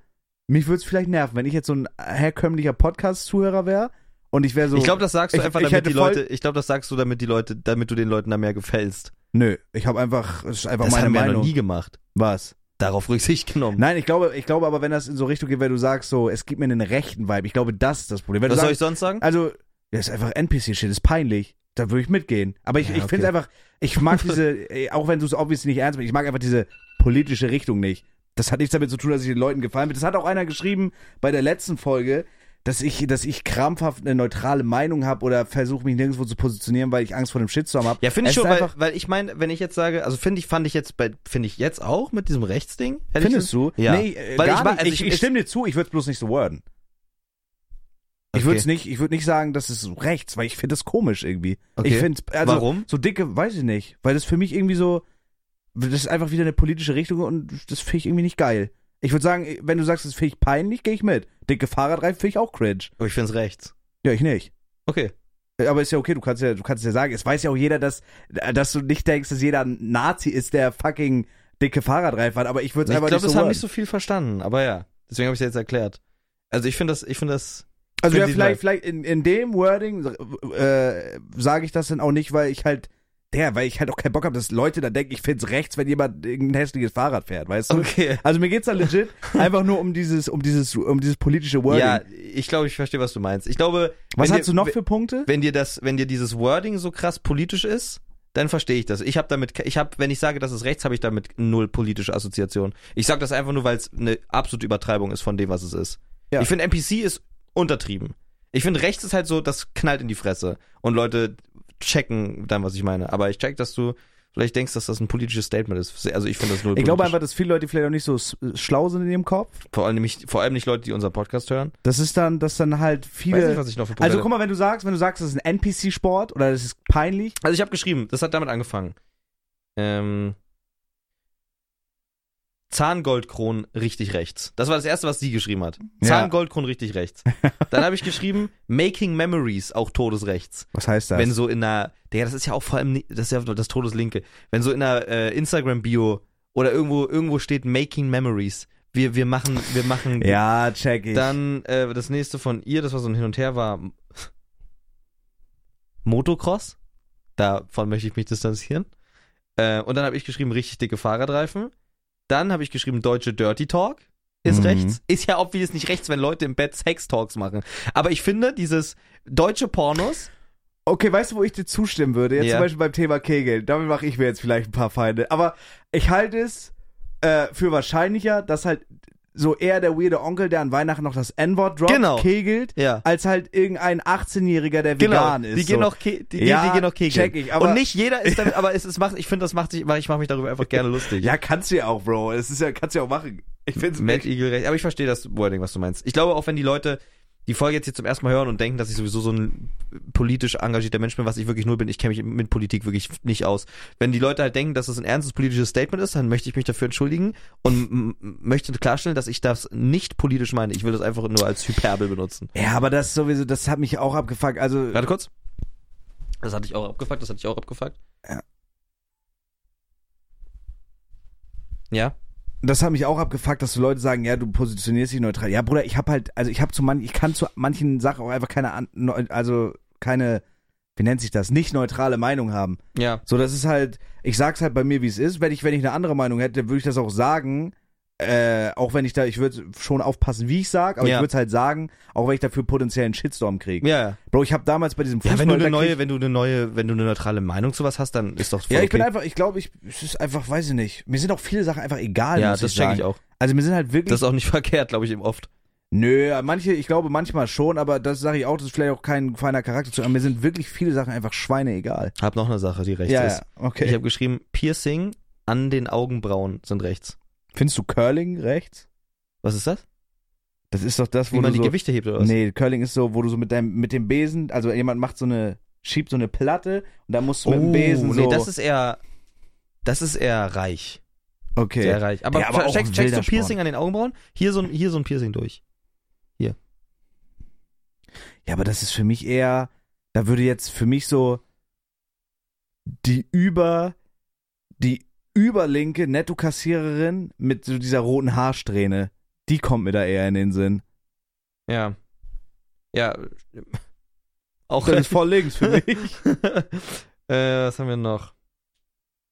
mich würde es vielleicht nerven, wenn ich jetzt so ein herkömmlicher Podcast-Zuhörer wäre und ich wäre so.
Ich glaube, das sagst du
Ich-
einfach,
ich
damit
hätte
die
voll-
Leute, ich glaube, das sagst du, damit die Leute, damit du den Leuten da mehr gefällst.
Nö, ich habe einfach. Das ist einfach
das
meine
haben wir ja
Meinung.
noch nie gemacht.
Was?
Darauf Rücksicht genommen.
Nein, ich glaube, ich glaube aber, wenn das in so Richtung geht, wenn du sagst, so, es gibt mir einen rechten Vibe, ich glaube, das ist das Problem. Wenn
Was
du
soll
sagst,
ich sonst sagen?
Also, das ist einfach NPC-Shit, ist peinlich. Da würde ich mitgehen. Aber ich,
Ja,
ich finde es
okay.
einfach, ich mag diese, ey, auch wenn du es obviously nicht ernst meinst, ich mag einfach diese politische Richtung nicht. Das hat nichts damit zu tun, dass ich den Leuten gefallen bin. Das hat auch einer geschrieben bei der letzten Folge, dass ich, dass ich krampfhaft eine neutrale Meinung habe oder versuche mich nirgendwo zu positionieren, weil ich Angst vor dem Shitstorm habe.
Ja, finde ich
Es
schon,
ist
weil,
einfach,
weil ich meine, wenn ich jetzt sage, also finde ich, fand ich jetzt bei, finde ich jetzt auch mit diesem Rechtsding? hätte ich
Findest du?
Ja.
Nee, äh,
Weil
gar
ich ma-
nicht.
also
ich,
ich-
ich,
es-
stimme dir zu, ich würde es bloß nicht so worden. Ich
Okay.
würde es nicht, ich würde nicht sagen, das ist rechts, weil ich finde das komisch irgendwie.
Okay.
Ich finde also
Warum?
so dicke, weiß ich nicht, weil das für mich irgendwie so Das ist einfach wieder eine politische Richtung und das finde ich irgendwie nicht geil. Ich würde sagen, wenn du sagst, das finde ich peinlich, gehe ich mit. Dicke Fahrradreifen finde ich auch cringe.
Aber Oh, ich finde es rechts.
Ja, ich nicht.
Okay.
Aber ist ja okay, du kannst ja, du kannst ja sagen, es weiß ja auch jeder, dass, dass du nicht denkst, dass jeder ein Nazi ist, der fucking dicke Fahrradreifen hat, aber ich würde es
Ich
einfach
glaube,
nicht
das
so
haben
wollen.
nicht so viel verstanden, aber ja. Deswegen habe ich es jetzt erklärt. Also ich finde das, ich finde das.
Also
Für
ja,
die
vielleicht, vielleicht in, in dem Wording äh, sage ich das dann auch nicht, weil ich halt, der, weil ich halt auch keinen Bock habe, dass Leute dann denken, ich find's rechts, wenn jemand ein hässliches Fahrrad fährt, weißt du?
Okay.
Also mir geht's da legit einfach nur um dieses, um dieses, um dieses politische Wording.
Ja, ich glaube, ich verstehe, was du meinst. Ich glaube,
Was
wenn
hast
dir,
du noch für Punkte?
wenn dir das, wenn dir dieses Wording so krass politisch ist, dann verstehe ich das. Ich habe damit, ke- ich habe, wenn ich sage, das ist rechts, habe ich damit null politische Assoziation. Ich sage das einfach nur, weil es eine absolute Übertreibung ist von dem, was es ist.
Ja.
Ich finde, NPC ist untertrieben. Ich finde, rechts ist halt so, das knallt in die Fresse und Leute checken dann, was ich meine. Aber ich check, dass du vielleicht denkst, dass das ein politisches Statement ist. Also ich finde das null.
Ich glaube
politisch.
einfach, dass viele Leute vielleicht auch nicht so s- schlau sind in ihrem Kopf.
vor allem nicht, vor allem nicht Leute, die unseren Podcast hören.
Das ist dann, dass dann halt
Weiß
viele.
nicht, was ich noch für Punkte
also
hätte.
guck mal, wenn du sagst, wenn du sagst, das ist ein NPC-Sport oder das ist peinlich,
Also ich habe geschrieben, das hat damit angefangen. Ähm, Zahngoldkron richtig rechts. Das war das erste, was sie geschrieben hat.
Ja.
Zahngoldkron richtig rechts. Dann habe ich geschrieben, Making Memories auch todesrechts.
was heißt das?
Wenn so in einer, der das ist ja auch vor allem, ni- das ist ja das Todeslinke. Wenn so in einer äh, Instagram Bio oder irgendwo irgendwo steht Making Memories. Wir wir machen wir machen
ja, check ich.
dann äh, das nächste von ihr, das war so ein Hin und Her, war Motocross. Davon möchte ich mich distanzieren. Äh, und dann habe ich geschrieben, richtig dicke Fahrradreifen. Dann habe ich geschrieben, deutsche Dirty Talk ist
Mhm.
rechts. Ist ja obvious nicht rechts, wenn Leute im Bett Sex-Talks machen. Aber ich finde, dieses deutsche Pornos,
Okay, weißt du, wo ich dir zustimmen würde? Jetzt
Ja.
zum Beispiel beim Thema Kegeln. Damit mache ich mir jetzt vielleicht ein paar Feinde. Aber ich halte es äh, für wahrscheinlicher, dass halt so eher der weirde Onkel, der an Weihnachten noch das N-Wort droppt,
Genau.
kegelt,
ja. Genau.
als halt irgendein 18-Jähriger, der vegan Genau, ist.
die gehen
so.
noch, ke die,
Ja,
gehen- die gehen noch kegeln.
check ich, aber-
und nicht jeder ist damit, aber es, es macht, ich finde, das macht sich, weil ich mache mich darüber einfach gerne lustig.
ja, kannst du ja auch, Bro. Das ist ja, kannst du ja auch machen. Ich find's
Mad Eagle recht. Aber ich verstehe das Wording, was du meinst. Ich glaube, auch wenn die Leute die Folge jetzt hier zum ersten Mal hören und denken, dass ich sowieso so ein politisch engagierter Mensch bin, was ich wirklich nur bin, ich kenne mich mit Politik wirklich nicht aus. Wenn die Leute halt denken, dass das ein ernstes politisches Statement ist, dann möchte ich mich dafür entschuldigen und m- m- möchte klarstellen, dass ich das nicht politisch meine. Ich will das einfach nur als Hyperbel benutzen.
Ja, aber das sowieso, das hat mich auch abgefuckt. Also,
Warte kurz. Das hatte ich auch abgefuckt, das hatte ich auch abgefuckt.
Ja.
Ja?
das hat mich auch abgefuckt, dass so Leute sagen, ja, du positionierst dich neutral. Ja, Bruder, ich habe halt, also ich habe zu manchen, ich kann zu manchen Sachen auch einfach keine, an- neu- also keine, wie nennt sich das, nicht neutrale Meinung haben.
Ja.
So, das ist halt, ich sag's halt bei mir, wie es ist. Wenn ich, wenn ich eine andere Meinung hätte, würde ich das auch sagen. Äh, auch wenn ich da, ich würde schon aufpassen, wie ich sag, aber
Ja.
ich würde halt sagen, auch wenn ich dafür potenziellen Shitstorm kriege.
Ja, ja.
Bro, ich habe damals bei diesem
Ja, wenn du eine
Fußball-
neue, wenn du eine neue, wenn du eine neutrale Meinung zu was hast, dann ist doch voll
Ja, ich
okay.
bin einfach, ich glaube, ich, es ist einfach, weiß ich nicht. Mir sind auch viele Sachen einfach egal.
ja,
muss
das
ich
check
sagen.
ich auch.
Also mir sind halt wirklich
Das ist auch nicht verkehrt, glaube ich, eben oft.
Nö, manche, ich glaube manchmal schon, aber das sage ich auch, das ist vielleicht auch kein feiner Charakter zu. Aber mir sind wirklich viele Sachen einfach Schweine egal.
Hab noch eine Sache, die rechts
ja,
ist.
ja, okay.
Ich habe geschrieben, Piercing an den Augenbrauen sind rechts.
Findest du Curling rechts?
Was ist das?
Das ist doch das, wo
Wie man
du
die
so,
Gewichte hebt oder was?
Nee, Curling ist so, wo du so mit deinem mit dem Besen, also jemand macht so eine schiebt so eine Platte und dann musst du mit dem Besen so.
Oh, nee, das ist eher, das ist eher reich.
okay.
Sehr reich. Aber,
Ja, aber auch
checkst,
ein
checkst du
wilder
Piercing an den Augenbrauen? Hier so ein, hier so ein Piercing durch.
Ja, aber das ist für mich eher, da würde jetzt für mich so die über die überlinke Nettokassiererin mit so dieser roten Haarsträhne, die kommt mir da eher in den Sinn.
Ja. Ja. Auch
Das ist voll links für mich.
äh, was haben wir noch?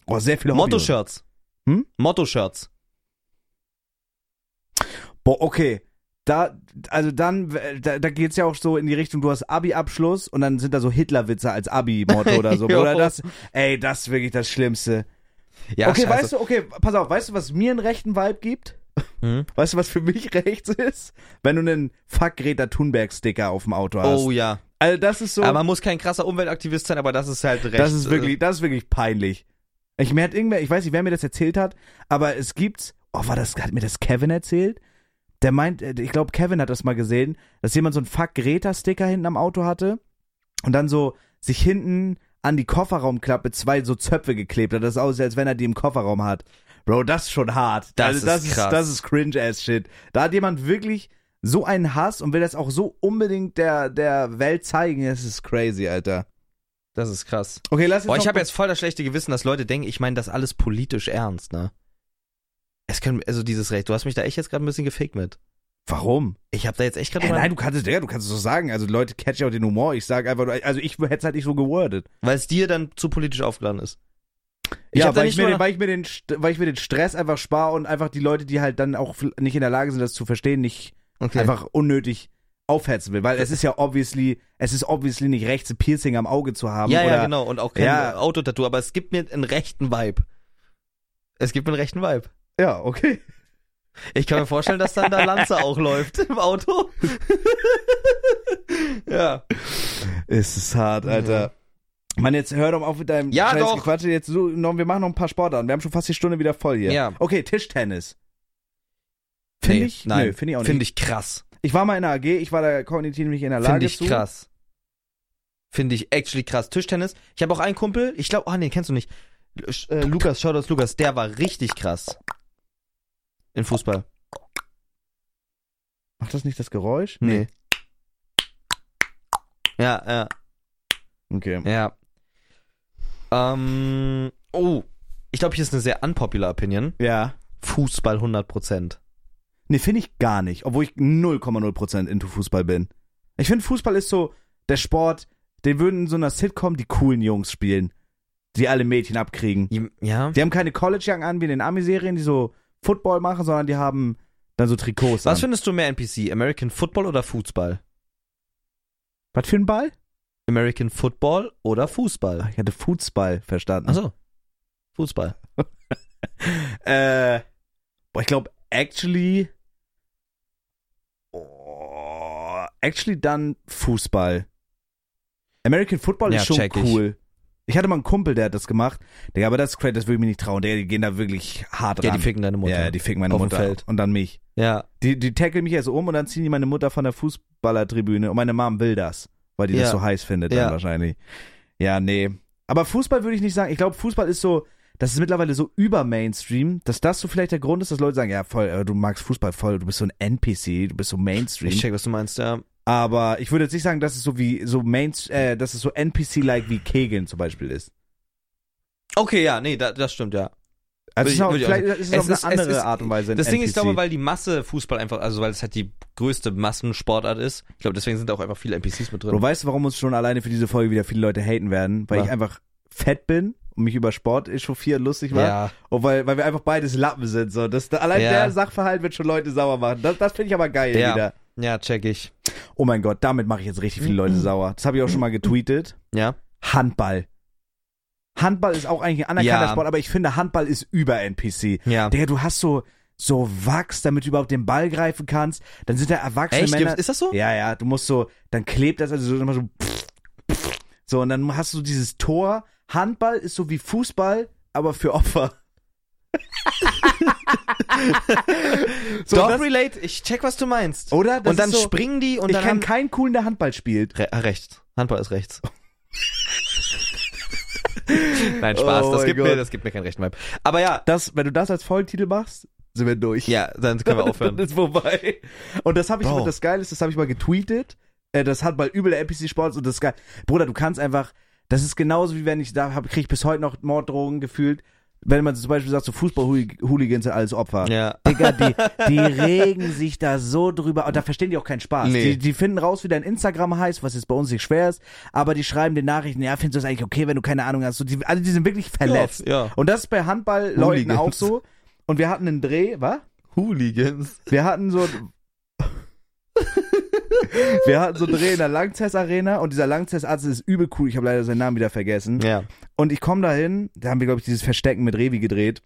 Oh, sehr viele Hobbys.
Motto-Shirts.
Hm?
Motto-Shirts.
Boah, okay. Da, also dann, äh, da, da geht's ja auch so in die Richtung, du hast Abi-Abschluss und dann sind da so Hitlerwitze als Abi-Motto oder so.
Jo.
Oder das, ey, das ist wirklich das Schlimmste.
Ja, also
okay, weißt du, okay, pass auf, weißt du, was mir einen rechten Vibe gibt?
Mhm.
Weißt du, was für mich rechts ist? Wenn du einen Fuck Greta Thunberg-Sticker auf dem Auto hast.
Oh ja.
Also das ist so,
Aber man muss kein krasser Umweltaktivist sein, aber das ist halt recht.
das ist wirklich, das ist wirklich peinlich. Ich, mir hat irgendwer, ich weiß nicht, wer mir das erzählt hat, aber es gibt, oh, war das, hat mir das Kevin erzählt? Der meint, äh, ich glaube, Kevin hat das mal gesehen, dass jemand so einen Fuck Greta-Sticker hinten am Auto hatte und dann so sich hinten an die Kofferraumklappe zwei so Zöpfe geklebt hat. Das aussieht, als wenn er die im Kofferraum hat. Bro, das ist schon hart.
Das
also,
ist
das
krass.
Ist, das ist Cringe-Ass-Shit. Da hat jemand wirklich so einen Hass und will das auch so unbedingt der, der Welt zeigen. Das ist crazy, Alter.
Das ist krass.
Okay, lass jetzt
Boah, ich
noch-
habe jetzt voll das schlechte Gewissen, dass Leute denken, ich meine das alles politisch ernst, ne? Es können, also dieses Recht, du hast mich da echt jetzt gerade ein bisschen gefickt mit.
Warum?
Ich habe da jetzt echt gerade
Äh,
mal-
nein, du kannst es, Digga, du kannst es so sagen. Also Leute catch auch den Humor. Ich sage einfach, nur- also ich hätte es halt nicht so gewordet.
weil es dir dann zu politisch aufgeladen ist.
ja,
hab da
weil
nicht
ich, mir
nur
den, weil, ich mir den, St- weil ich mir den Stress einfach spare und einfach die Leute, die halt dann auch fl- nicht in der Lage sind, das zu verstehen, nicht
Okay.
einfach unnötig aufhetzen will. Weil es ist ja obviously, es ist obviously nicht rechts, ein Piercing am Auge zu haben.
ja,
oder
ja, genau. Und auch kein
Ja.
Autotattoo, aber es gibt mir einen rechten Vibe. Es gibt mir einen rechten Vibe.
Ja, okay.
Ich kann mir vorstellen, dass dann da Lanze auch läuft im Auto. ja.
Es ist hart, Alter. Mann, jetzt hör doch auf mit deinem
Mhm. Ja,
scheiß
doch.
Gequatsche. Jetzt so, noch, wir machen noch ein paar Sportarten. Wir haben schon fast die Stunde wieder voll hier.
Ja.
Okay, Tischtennis. Finde
Nee,
ich?
Nein,
Nö, finde ich auch nicht.
Finde ich krass.
Ich war mal in der AG, ich war da kognitiv nicht in der Lage
Finde ich
zu.
krass. Finde ich actually krass. Tischtennis. Ich habe auch einen Kumpel, ich glaube, ah nee, kennst du nicht. L- Sch- Äh, Lukas, Shoutouts Lukas, der war richtig krass. In Fußball.
Macht das nicht das Geräusch?
Ja, ja,
Okay.
ja. Ähm, oh, ich glaube, hier ist eine sehr unpopular Opinion.
Ja.
Fußball 100%.
Nee, finde ich gar nicht, obwohl ich 0,0% into Fußball bin. Ich finde, Fußball ist so der Sport, den würden in so einer Sitcom die coolen Jungs spielen, die alle Mädchen abkriegen.
Ja.
Die haben keine College-Young an wie in den Ami-Serien, die so Football machen, sondern die haben dann so Trikots
Was
an.
findest du mehr NPC? American Football oder Fußball?
Was für ein Ball?
American Football oder
Ach,
Fußball?
ich hatte Fußball verstanden.
Achso. Fußball.
Äh, boah, ich glaube, actually. Oh, actually dann Fußball. American Football
Ja,
ist schon
check ich.
cool. Ich. hatte mal einen Kumpel, der hat das gemacht. Digga, aber das ist crazy, das würde ich mir nicht trauen. Digga, die gehen da wirklich hart
Ja,
ran.
die ficken deine Mutter.
Ja, ja, die ficken meine
Auf dem
Mutter.
Feld.
Und dann mich.
ja.
Die, die tackeln mich erst um und dann ziehen die meine Mutter von der Fußballertribüne und meine Mom will das, weil die das
Ja.
so heiß findet
Ja.
dann wahrscheinlich. Ja, nee. Aber Fußball würde ich nicht sagen. Ich glaube, Fußball ist so, das ist mittlerweile so über Mainstream, dass das so vielleicht der Grund ist, dass Leute sagen, ja, voll, äh, du magst Fußball voll, du bist so ein NPC, du bist so Mainstream.
Ich check, was du meinst, ja.
Aber ich würde jetzt nicht sagen, dass es so wie so Main, äh, dass es so NPC-like wie Kegeln zum Beispiel ist.
Okay, ja, nee, da, das stimmt, ja.
Also es
Würde
ist
ich-
auch,
würde ich auch
vielleicht
sagen.
ist es,
Es
auf eine
ist- es
andere
ist-
Art und Weise. ein
Das Ding ist, ich
NPC.
glaube, weil die Masse Fußball einfach, also weil es halt die größte Massensportart ist, ich glaube, deswegen sind da auch einfach viele NPCs mit
Bro,
drin.
weißt du, warum uns schon alleine für diese Folge wieder viele Leute haten werden? Weil
Ja.
ich einfach fett bin und mich über Sport echauffiert lustig war. Und weil, weil wir einfach beides Lappen sind. So. Das, allein
Ja.
der Sachverhalt wird schon Leute sauer machen. Das, das finde ich aber geil
Ja.
wieder.
ja, check ich.
Oh mein Gott, damit mache ich jetzt richtig viele Leute
Mhm.
sauer. Das habe ich auch schon mal getweetet.
Ja.
Handball. Handball ist auch eigentlich ein anerkannter
Ja.
Sport, aber ich finde, Handball ist über NPC.
Ja.
Digga, du hast so, so Wachs, damit du überhaupt den Ball greifen kannst. Dann sind da erwachsene
Echt?
Männer.
Gibt's, ist das so?
Ja, ja, du musst so, dann klebt das, also so immer so, so, und dann hast du dieses Tor. Handball ist so wie Fußball, aber für Opfer. so,
Don't
das,
relate, ich check, was du meinst.
oder? Das
und dann
ist so,
springen die und
Ich
dann.
kenne
haben-
keinen coolen, der Handball spielt.
Re ah, rechts. Handball ist rechts. Nein, Spaß,
Oh
das,
mein
gibt mir,
Gott.
das gibt mir keinen rechten Vibe. Aber ja,
Das, wenn du das als Folgentitel machst, sind wir durch.
ja, dann können wir
Dann
aufhören.
ist vorbei. Und das habe ich
Bro.
mal, das Geile ist, das habe ich mal getweetet. Äh, Das hat mal übel der NPC Sports und das ist geil. Bruder, du kannst einfach, das ist genauso wie wenn ich, da hab- krieg ich bis heute noch Morddrohungen gefühlt, wenn man zum Beispiel sagt, so Fußball-Hooligans sind alles Opfer.
Ja.
Digga, die, die regen sich da so drüber und da verstehen die auch keinen Spaß.
Nee.
Die, die finden raus, wie dein Instagram heißt, was jetzt bei uns nicht schwer ist, aber die schreiben den Nachrichten, ja, findest du das eigentlich okay, wenn du keine Ahnung hast? So, die, alle, die sind wirklich verletzt.
ja.
Und das ist bei Handball-Leuten
Hooligans.
auch so. Und wir hatten einen Dreh, was?
Hooligans.
Wir hatten so. Wir hatten so einen Dreh in der Langzess Arena und dieser Langzess Arzt ist übel cool. Ich habe leider seinen Namen wieder vergessen.
Ja.
Und ich komme dahin, da haben wir glaube ich dieses Verstecken mit Revi gedreht.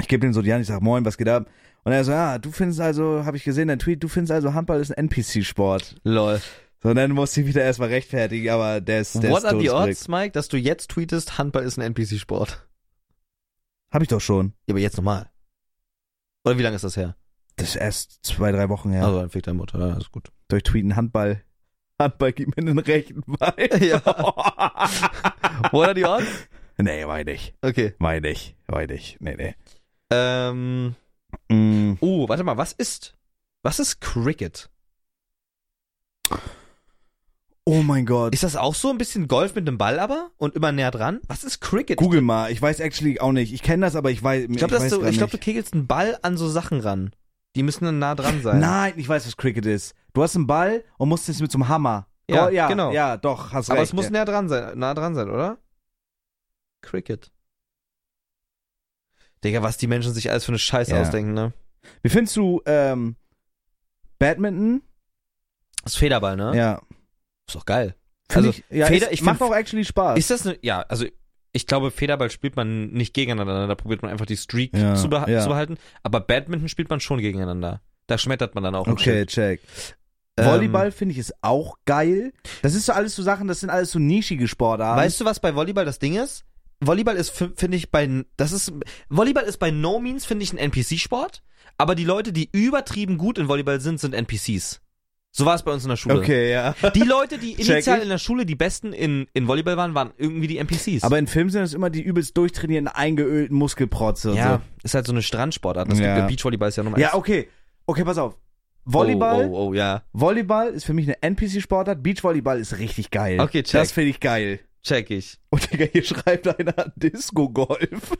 Ich gebe ihm so die Hand, ich sag Moin, was geht ab? Und er so, ah, du findest also, habe ich gesehen, dein Tweet, du findest also Handball ist ein NPC-Sport.
Lol.
So, und dann musste ich wieder erstmal rechtfertigen, aber der ist der
What
ist
are the
todesverrückt.
odds, Mike, dass du jetzt tweetest, Handball ist ein NPC-Sport?
Hab ich doch schon.
Ja, aber jetzt nochmal. Oder wie lange ist das her?
Das ist erst zwei, drei Wochen her.
Also dann fickt deine Mutter, ja, ist gut.
Durch Tweeten Handball. Handball gibt mir den rechten Bein.
Ja. What are the odds?
Nee, meine ich.
Okay.
Meine ich. Meine ich. Nee, nee.
Ähm,
Mm,
oh, warte mal, was ist, was ist Cricket?
Oh mein Gott.
Ist das auch so ein bisschen Golf mit dem Ball aber und immer näher dran? Was ist Cricket?
Google mal. Ich weiß actually auch nicht. Ich kenne das, aber ich weiß.
ich glaube,
weiß
du,
grad
ich glaub, du
nicht.
kegelst einen Ball an so Sachen ran. Die müssen dann nah dran sein.
Nein, ich weiß, was Cricket ist. Du hast einen Ball und musst jetzt mit so einem Hammer.
Ja,
Go- ja
genau.
Ja, doch, hast
aber
recht.
es muss
ja.
näher dran sein, nah dran sein, oder? Cricket. Digga, was die Menschen sich alles für eine Scheiße
Ja.
ausdenken, ne?
Wie findest du ähm, Badminton?
Das ist Federball, ne?
Ja.
Ist doch geil.
Find
Also,
ich, ja,
Feder-
ist,
ich
macht
find-
auch actually Spaß.
Ist das eine, ja, also ich glaube, Federball spielt man nicht gegeneinander, da probiert man einfach die Streak
Ja,
zu, beha
ja.
zu behalten, aber Badminton spielt man schon gegeneinander. Da schmettert man dann auch. ein
okay,
Schild.
check.
Ähm,
Volleyball finde ich ist auch geil. Das ist so alles so Sachen, das sind alles so nischige Sportarten.
Weißt du, was bei Volleyball das Ding ist? Volleyball ist, fi- finde ich, bei, das ist, Volleyball ist bei no means, finde ich, ein NPC-Sport, aber die Leute, die übertrieben gut in Volleyball sind, sind NPCs. So war es bei uns in der Schule.
Okay, ja.
Die Leute, die
Check
initial
ich.
in der Schule die Besten in, in Volleyball waren, waren irgendwie die NPCs.
Aber in Filmen sind das immer die übelst durchtrainierten, eingeölten Muskelprotze und
ja, ist halt so eine Strandsportart. Das
Ja.
gibt, Beachvolleyball ist ja
so.
nochmal
Ja, okay. Okay, pass auf. Volleyball,
Oh, oh, oh, ja.
Volleyball ist für mich eine NPC-Sportart. Beachvolleyball ist richtig geil.
Okay, check.
Das finde ich geil.
Check ich.
Und Digga, hier schreibt einer Disco-Golf.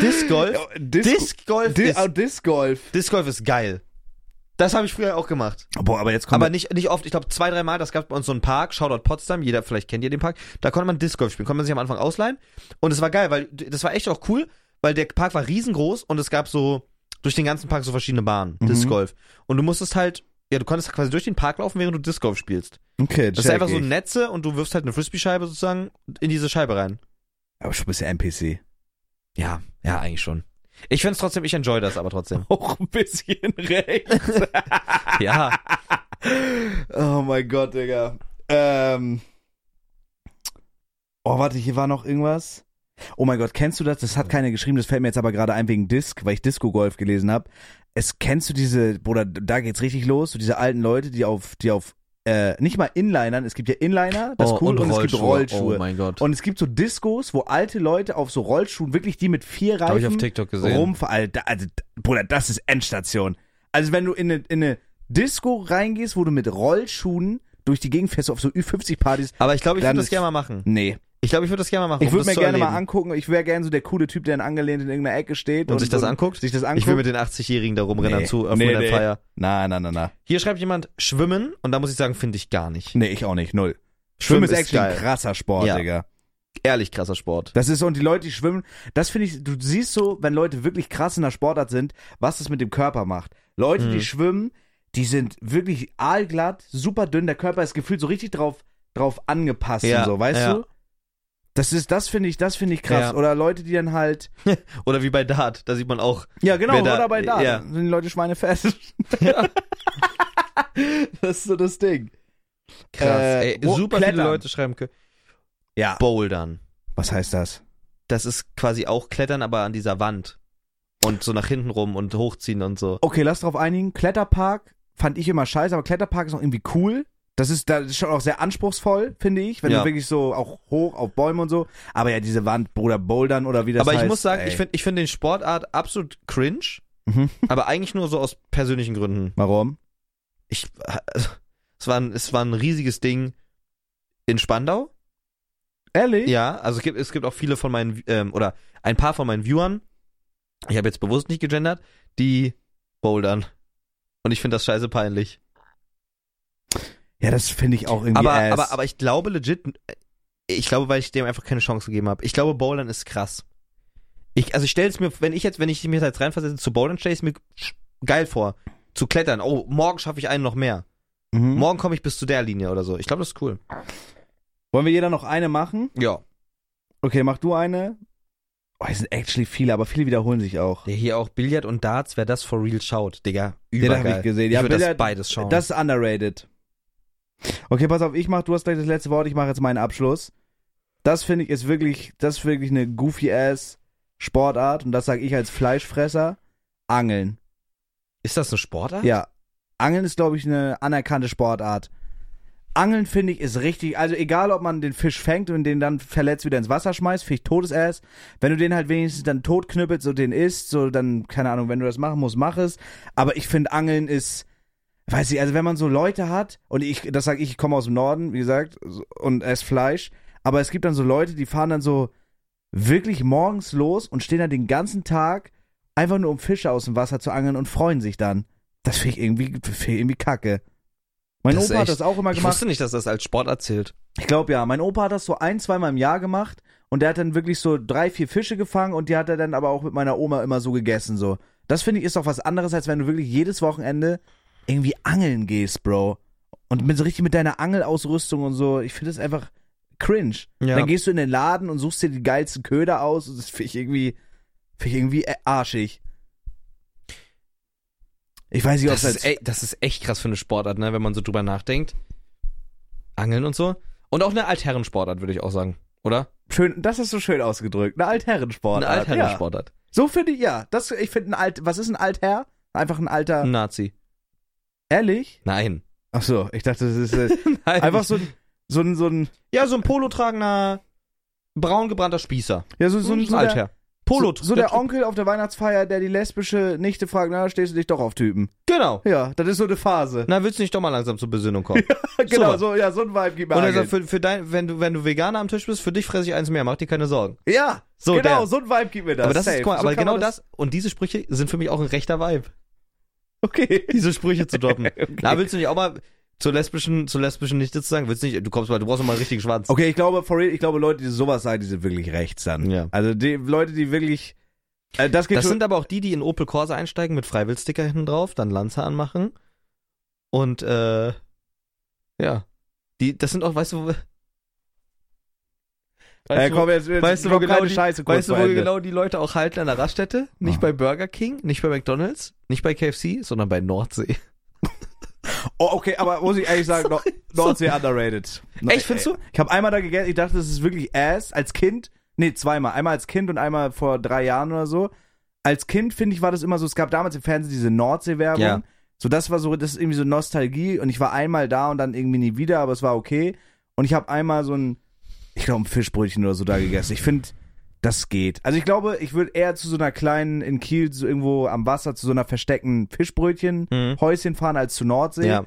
Disc Golf?
Ja, Disco-
Disc Golf
Di-
ist,
oh, Disc Golf.
Disc Golf ist geil. Das habe ich früher auch gemacht.
Boah, aber jetzt kommt.
Aber nicht, nicht oft, ich glaube zwei, dreimal, das gab bei uns so einen Park, Shoutout Potsdam, jeder, vielleicht kennt ihr den Park, da konnte man Disc Golf spielen, konnte man sich am Anfang ausleihen und es war geil, weil das war echt auch cool, weil der Park war riesengroß und es gab so durch den ganzen Park so verschiedene Bahnen,
Mhm.
Disc Golf. Und du musstest halt, ja, du konntest quasi durch den Park laufen, während du Disc Golf spielst.
okay, check
Das ist einfach so
ich.
Netze und du wirfst halt eine Frisbee-Scheibe sozusagen in diese Scheibe rein.
Aber schon ein bisschen NPC.
Ja, ja, eigentlich schon. Ich find's trotzdem, ich enjoy das aber trotzdem.
Auch ein bisschen rechts.
ja.
oh mein Gott, Digga. Ähm. Oh, warte, hier war noch irgendwas. Oh mein Gott, kennst du das? Das hat keiner geschrieben, das fällt mir jetzt aber gerade ein wegen Disc, weil ich Disco-Golf gelesen habe. Es kennst du diese, Bruder, da geht's richtig los, so diese alten Leute, die auf, die auf, äh, nicht mal Inlinern, es gibt ja Inliner, das ist cool, Oh, und, es gibt Rollschuhe.
Oh mein Gott.
Und es gibt so Discos, wo alte Leute auf so Rollschuhen, wirklich die mit vier
Hab ich
Reifen
auf TikTok gesehen.
rumfahren. Also, also, Bruder, das ist Endstation. Also wenn du in eine, in eine Disco reingehst, wo du mit Rollschuhen durch die Gegend fährst, auf so Ü50-Partys.
Aber ich glaube, ich
Dann
würde das
ist-
gerne mal machen.
Nee.
Ich glaube, ich würde das gerne mal machen.
Ich
um
würde
das
mir
zu
gerne
erleben.
mal angucken. Ich wäre gerne so der coole Typ, der dann angelehnt in irgendeiner Ecke steht.
Und sich das anguckt?
Sich das anguckt.
Ich will mit den 80-Jährigen da rumrennen
Nee.
zu, auf
Nee,
nee,
nee.
Feier.
na, na, na, na.
Hier schreibt jemand Schwimmen und da muss ich sagen, finde ich gar nicht.
Nee, ich auch nicht. Null. Schwimmen, ist actually ein
geil.
krasser Sport,
Ja.
Digga.
Ehrlich krasser Sport.
Das ist so, und die Leute, die schwimmen, das finde ich, du siehst so, wenn Leute wirklich krass in der Sportart sind, was das mit dem Körper macht. Leute, die
Mhm.
schwimmen, die sind wirklich aalglatt, super dünn, der Körper ist gefühlt so richtig drauf, drauf angepasst
Ja,
und so, weißt
ja.
du? Das ist, das finde ich, das finde ich krass.
Ja.
Oder Leute, die dann halt,
Oder wie bei Dart, da sieht man auch.
ja genau,
Wer da-
oder dabei da,
ja.
sind die Leute schweinefest.
Ja.
das ist so das Ding.
Krass.
Äh,
Ey,
wo-
super viele
Klettern.
Leute schreiben können.
Ja.
Bouldern.
Was heißt das?
Das ist quasi auch Klettern, aber an dieser Wand. Und so nach hinten rum und hochziehen und so.
Okay, lass drauf einigen. Kletterpark fand ich immer scheiße, aber Kletterpark ist noch irgendwie cool. Das ist, das ist schon auch sehr anspruchsvoll, finde ich, wenn
Ja.
du wirklich so auch hoch auf Bäume und so. Aber ja, diese Wand, Bruder, Bouldern oder wie das
aber
heißt.
ich muss sagen,
ey.
ich finde ich find den Sportart absolut cringe,
Mhm.
aber eigentlich nur so aus persönlichen Gründen.
Warum?
Ich, äh, es, war ein, es war ein riesiges Ding in Spandau.
Ehrlich?
Ja, also es gibt, es gibt auch viele von meinen, ähm, oder ein paar von meinen Viewern, ich habe jetzt bewusst nicht gegendert, die bouldern. Und ich finde das scheiße peinlich.
Ja, das finde ich auch irgendwie
Aber,
ass.
aber, aber ich glaube legit, ich glaube, weil ich dem einfach keine Chance gegeben habe. Ich glaube, Bouldern ist krass. Ich, also ich stelle es mir, wenn ich jetzt, wenn ich mich jetzt reinversetze zu Bouldern, stelle ich es mir sch- geil vor. Zu klettern. Oh, morgen schaffe ich einen noch mehr.
mhm.
Morgen komme ich bis zu der Linie oder so. Ich glaube, das ist cool.
Wollen wir jeder noch eine machen?
Ja.
Okay, mach du eine. Oh, es sind actually viele, aber viele wiederholen sich auch.
Der hier auch Billard und Darts, wer das for real schaut, Digga.
Den hab
Übergeil.
ich gesehen.
Ich
Ja,
würde das
Billard-
beides schauen.
Das ist underrated. Okay, pass auf, ich mach, du hast gleich das letzte Wort, ich mache jetzt meinen Abschluss. Das finde ich ist wirklich, das ist wirklich eine goofy ass Sportart und das sage ich als Fleischfresser. Angeln.
Ist das eine Sportart?
Ja. Angeln ist, glaube ich, eine anerkannte Sportart. Angeln finde ich ist richtig, also egal ob man den Fisch fängt und den dann verletzt wieder ins Wasser schmeißt, Fisch todesass. Wenn du den halt wenigstens dann tot knüppelst und den isst, so dann, keine Ahnung, wenn du das machen musst, mach es. Aber ich finde Angeln ist, weiß ich, also wenn man so Leute hat, und ich, das sage ich, ich komme aus dem Norden, wie gesagt, so- und esse Fleisch, aber es gibt dann so Leute, die fahren dann so wirklich morgens los und stehen dann den ganzen Tag einfach nur um Fische aus dem Wasser zu angeln und freuen sich dann. Das finde ich irgendwie, find ich irgendwie kacke. Mein
Das ist
Opa hat
echt-
das auch immer
Ich
gemacht.
wusste nicht, dass das als Sport erzählt.
Ich glaube ja. Mein Opa hat das so ein, zweimal im Jahr gemacht und der hat dann wirklich so drei, vier Fische gefangen und die hat er dann aber auch mit meiner Oma immer so gegessen. So. Das finde ich ist doch was anderes, als wenn du wirklich jedes Wochenende irgendwie angeln gehst, Bro. Und mit, so richtig mit deiner Angelausrüstung und so. Ich finde das einfach cringe.
Ja.
Dann gehst du in den Laden und suchst dir die geilsten Köder aus und das finde ich irgendwie, finde ich irgendwie äh, arschig. Ich weiß nicht, ob
Das
es
ist,
als
ey, das ist echt krass für eine Sportart, ne, wenn man so drüber nachdenkt. Angeln und so. Und auch eine Altherrensportart, würde ich auch sagen. Oder?
schön, das hast du schön ausgedrückt. Eine Altherrensportart.
Eine
ja.
Altherrensportart.
So finde ich, ja. Das, ich finde ein alt, was ist ein Altherr? Einfach ein alter,
Ein Nazi.
ehrlich?
Nein.
Ach so, ich dachte, das ist äh,
Nein.
einfach so ein, so ein, so ein,
Ja, so ein polotragender, braun gebrannter Spießer.
ja, so, so, ein- so, der,
Altherr. Polo.
so, so der Onkel auf der Weihnachtsfeier, der die lesbische Nichte fragt, na, stehst du dich doch auf Typen.
Genau.
Ja, das ist so eine Phase.
Na, willst du nicht doch mal langsam zur Besinnung kommen?
genau,
was.
so, ja, so ein Vibe gibt mir
Und er
Angeln.
sagt, für, für dein, wenn du, wenn du Veganer am Tisch bist, für dich fresse ich eins mehr, mach dir keine Sorgen.
Ja,
So
genau,
der.
so ein Vibe gibt mir das.
aber das
Safe.
ist cool, aber
so kann
genau
man
das, und diese Sprüche sind für mich auch ein rechter Vibe,
Okay.
diese Sprüche zu droppen. Na, willst du nicht auch mal zur lesbischen, zur lesbischen Nichte zu sagen? Willst du nicht, du kommst mal, du brauchst noch mal einen richtigen Schwanz.
Okay, ich glaube, for real, ich glaube, Leute, die sowas sagen, die sind wirklich rechts dann.
Ja.
Also die Leute, die wirklich, äh, das geht
Das
schon,
sind aber auch die, die in Opel Corsa einsteigen mit Freiwillsticker hinten drauf, dann Lanze anmachen und äh, ja, die, das sind auch, weißt du, wo,
äh,
wo-
komm, jetzt, jetzt
Weißt du, wo
kommt
genau
keine
die,
Scheiße kurz
weißt du,
vor
wo
Ende.
genau die Leute auch halten an der Raststätte? Nicht
Ah.
bei Burger King, nicht bei McDonalds, nicht bei KFC, sondern bei Nordsee.
Oh, okay, aber muss ich ehrlich sagen, Nord Nordsee underrated.
Echt, findest du?
Ich habe einmal da gegessen, ich dachte, das ist wirklich ass, als Kind. Nee, zweimal. Einmal als Kind und einmal vor drei Jahren oder so. Als Kind, finde ich, war das immer so, es gab damals im Fernsehen diese Nordsee-Werbung.
Ja.
So, das war so, das ist irgendwie so Nostalgie und ich war einmal da und dann irgendwie nie wieder, aber es war okay. Und ich habe einmal so ein, ich glaube, ein Fischbrötchen oder so da gegessen. Ich finde, das geht. Also ich glaube, ich würde eher zu so einer kleinen, in Kiel, so irgendwo am Wasser, zu so einer versteckten
Mhm.
Fischbrötchen-Häuschen fahren, als zu Nordsee.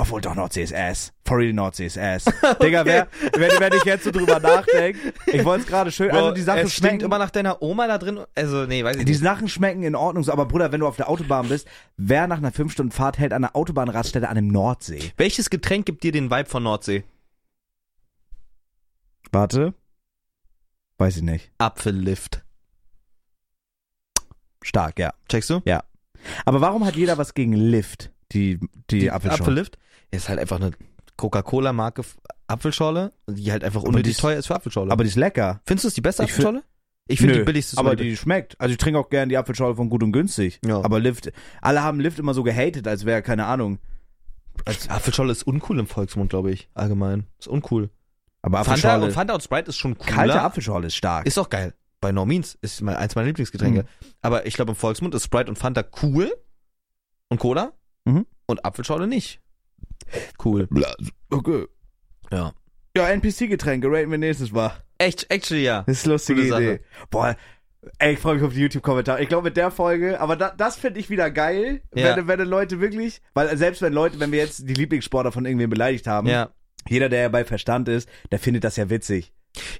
Obwohl doch Nordsee ist ass. For real Nordsee ist ass. Digga, wer, wenn, wenn ich jetzt so drüber nachdenke, ich wollte es gerade schön, also die Sachen
es stinkt
schmecken,
immer nach deiner Oma da drin. Also, nee, weiß ich
die
nicht.
Sachen schmecken in Ordnung, so, aber Bruder, wenn du auf der Autobahn bist, wer nach einer 5 Stunden Fahrt hält an einer Autobahnraststätte an dem Nordsee?
Welches Getränk gibt dir den Vibe von Nordsee?
Warte. Weiß ich nicht.
Apfellift.
Stark, ja.
Checkst du?
Aber warum hat jeder was gegen Lift? Die, die, Apfelschorle.
Apfellift ist halt einfach eine Coca-Cola-Marke F- Apfelschorle, die halt einfach
Aber
unnötig
die-
teuer ist für Apfelschorle.
Aber die ist lecker.
findest du es die beste
Ich find-
Apfelschorle? Ich finde
Nö,
die billigste ist
Aber
immer
die schmeckt. Also ich trinke auch gerne die Apfelschorle von gut und günstig.
Ja.
Aber Lift, alle haben Lift immer so gehatet, als wäre, keine Ahnung.
die- Also Apfelschorle ist uncool im Volksmund, glaube ich, allgemein. Ist uncool.
Aber
Fanta
Apfelschorle.
und, Fanta und Sprite ist schon cooler.
Kalte Apfelschorle ist stark.
Ist auch geil. Bei No Means ist mein, eins meiner Lieblingsgetränke.
Mhm.
Aber ich glaube, im Volksmund ist Sprite und Fanta cool. Und Cola.
Mhm.
Und Apfelschorle nicht. Cool.
okay.
Ja.
Ja, NPC-Getränke, raten wir nächstes Mal.
Echt, actually, ja.
Das ist eine lustige
Gute Sache.
Idee. Boah, ey, ich freue mich auf die YouTube-Kommentare. Ich glaube, mit der Folge, aber da, das finde ich wieder geil,
Ja.
wenn, wenn Leute wirklich, weil selbst wenn Leute, wenn wir jetzt die Lieblingssportler von irgendwem beleidigt haben,
Ja.
jeder, der ja bei Verstand ist, der findet das ja witzig.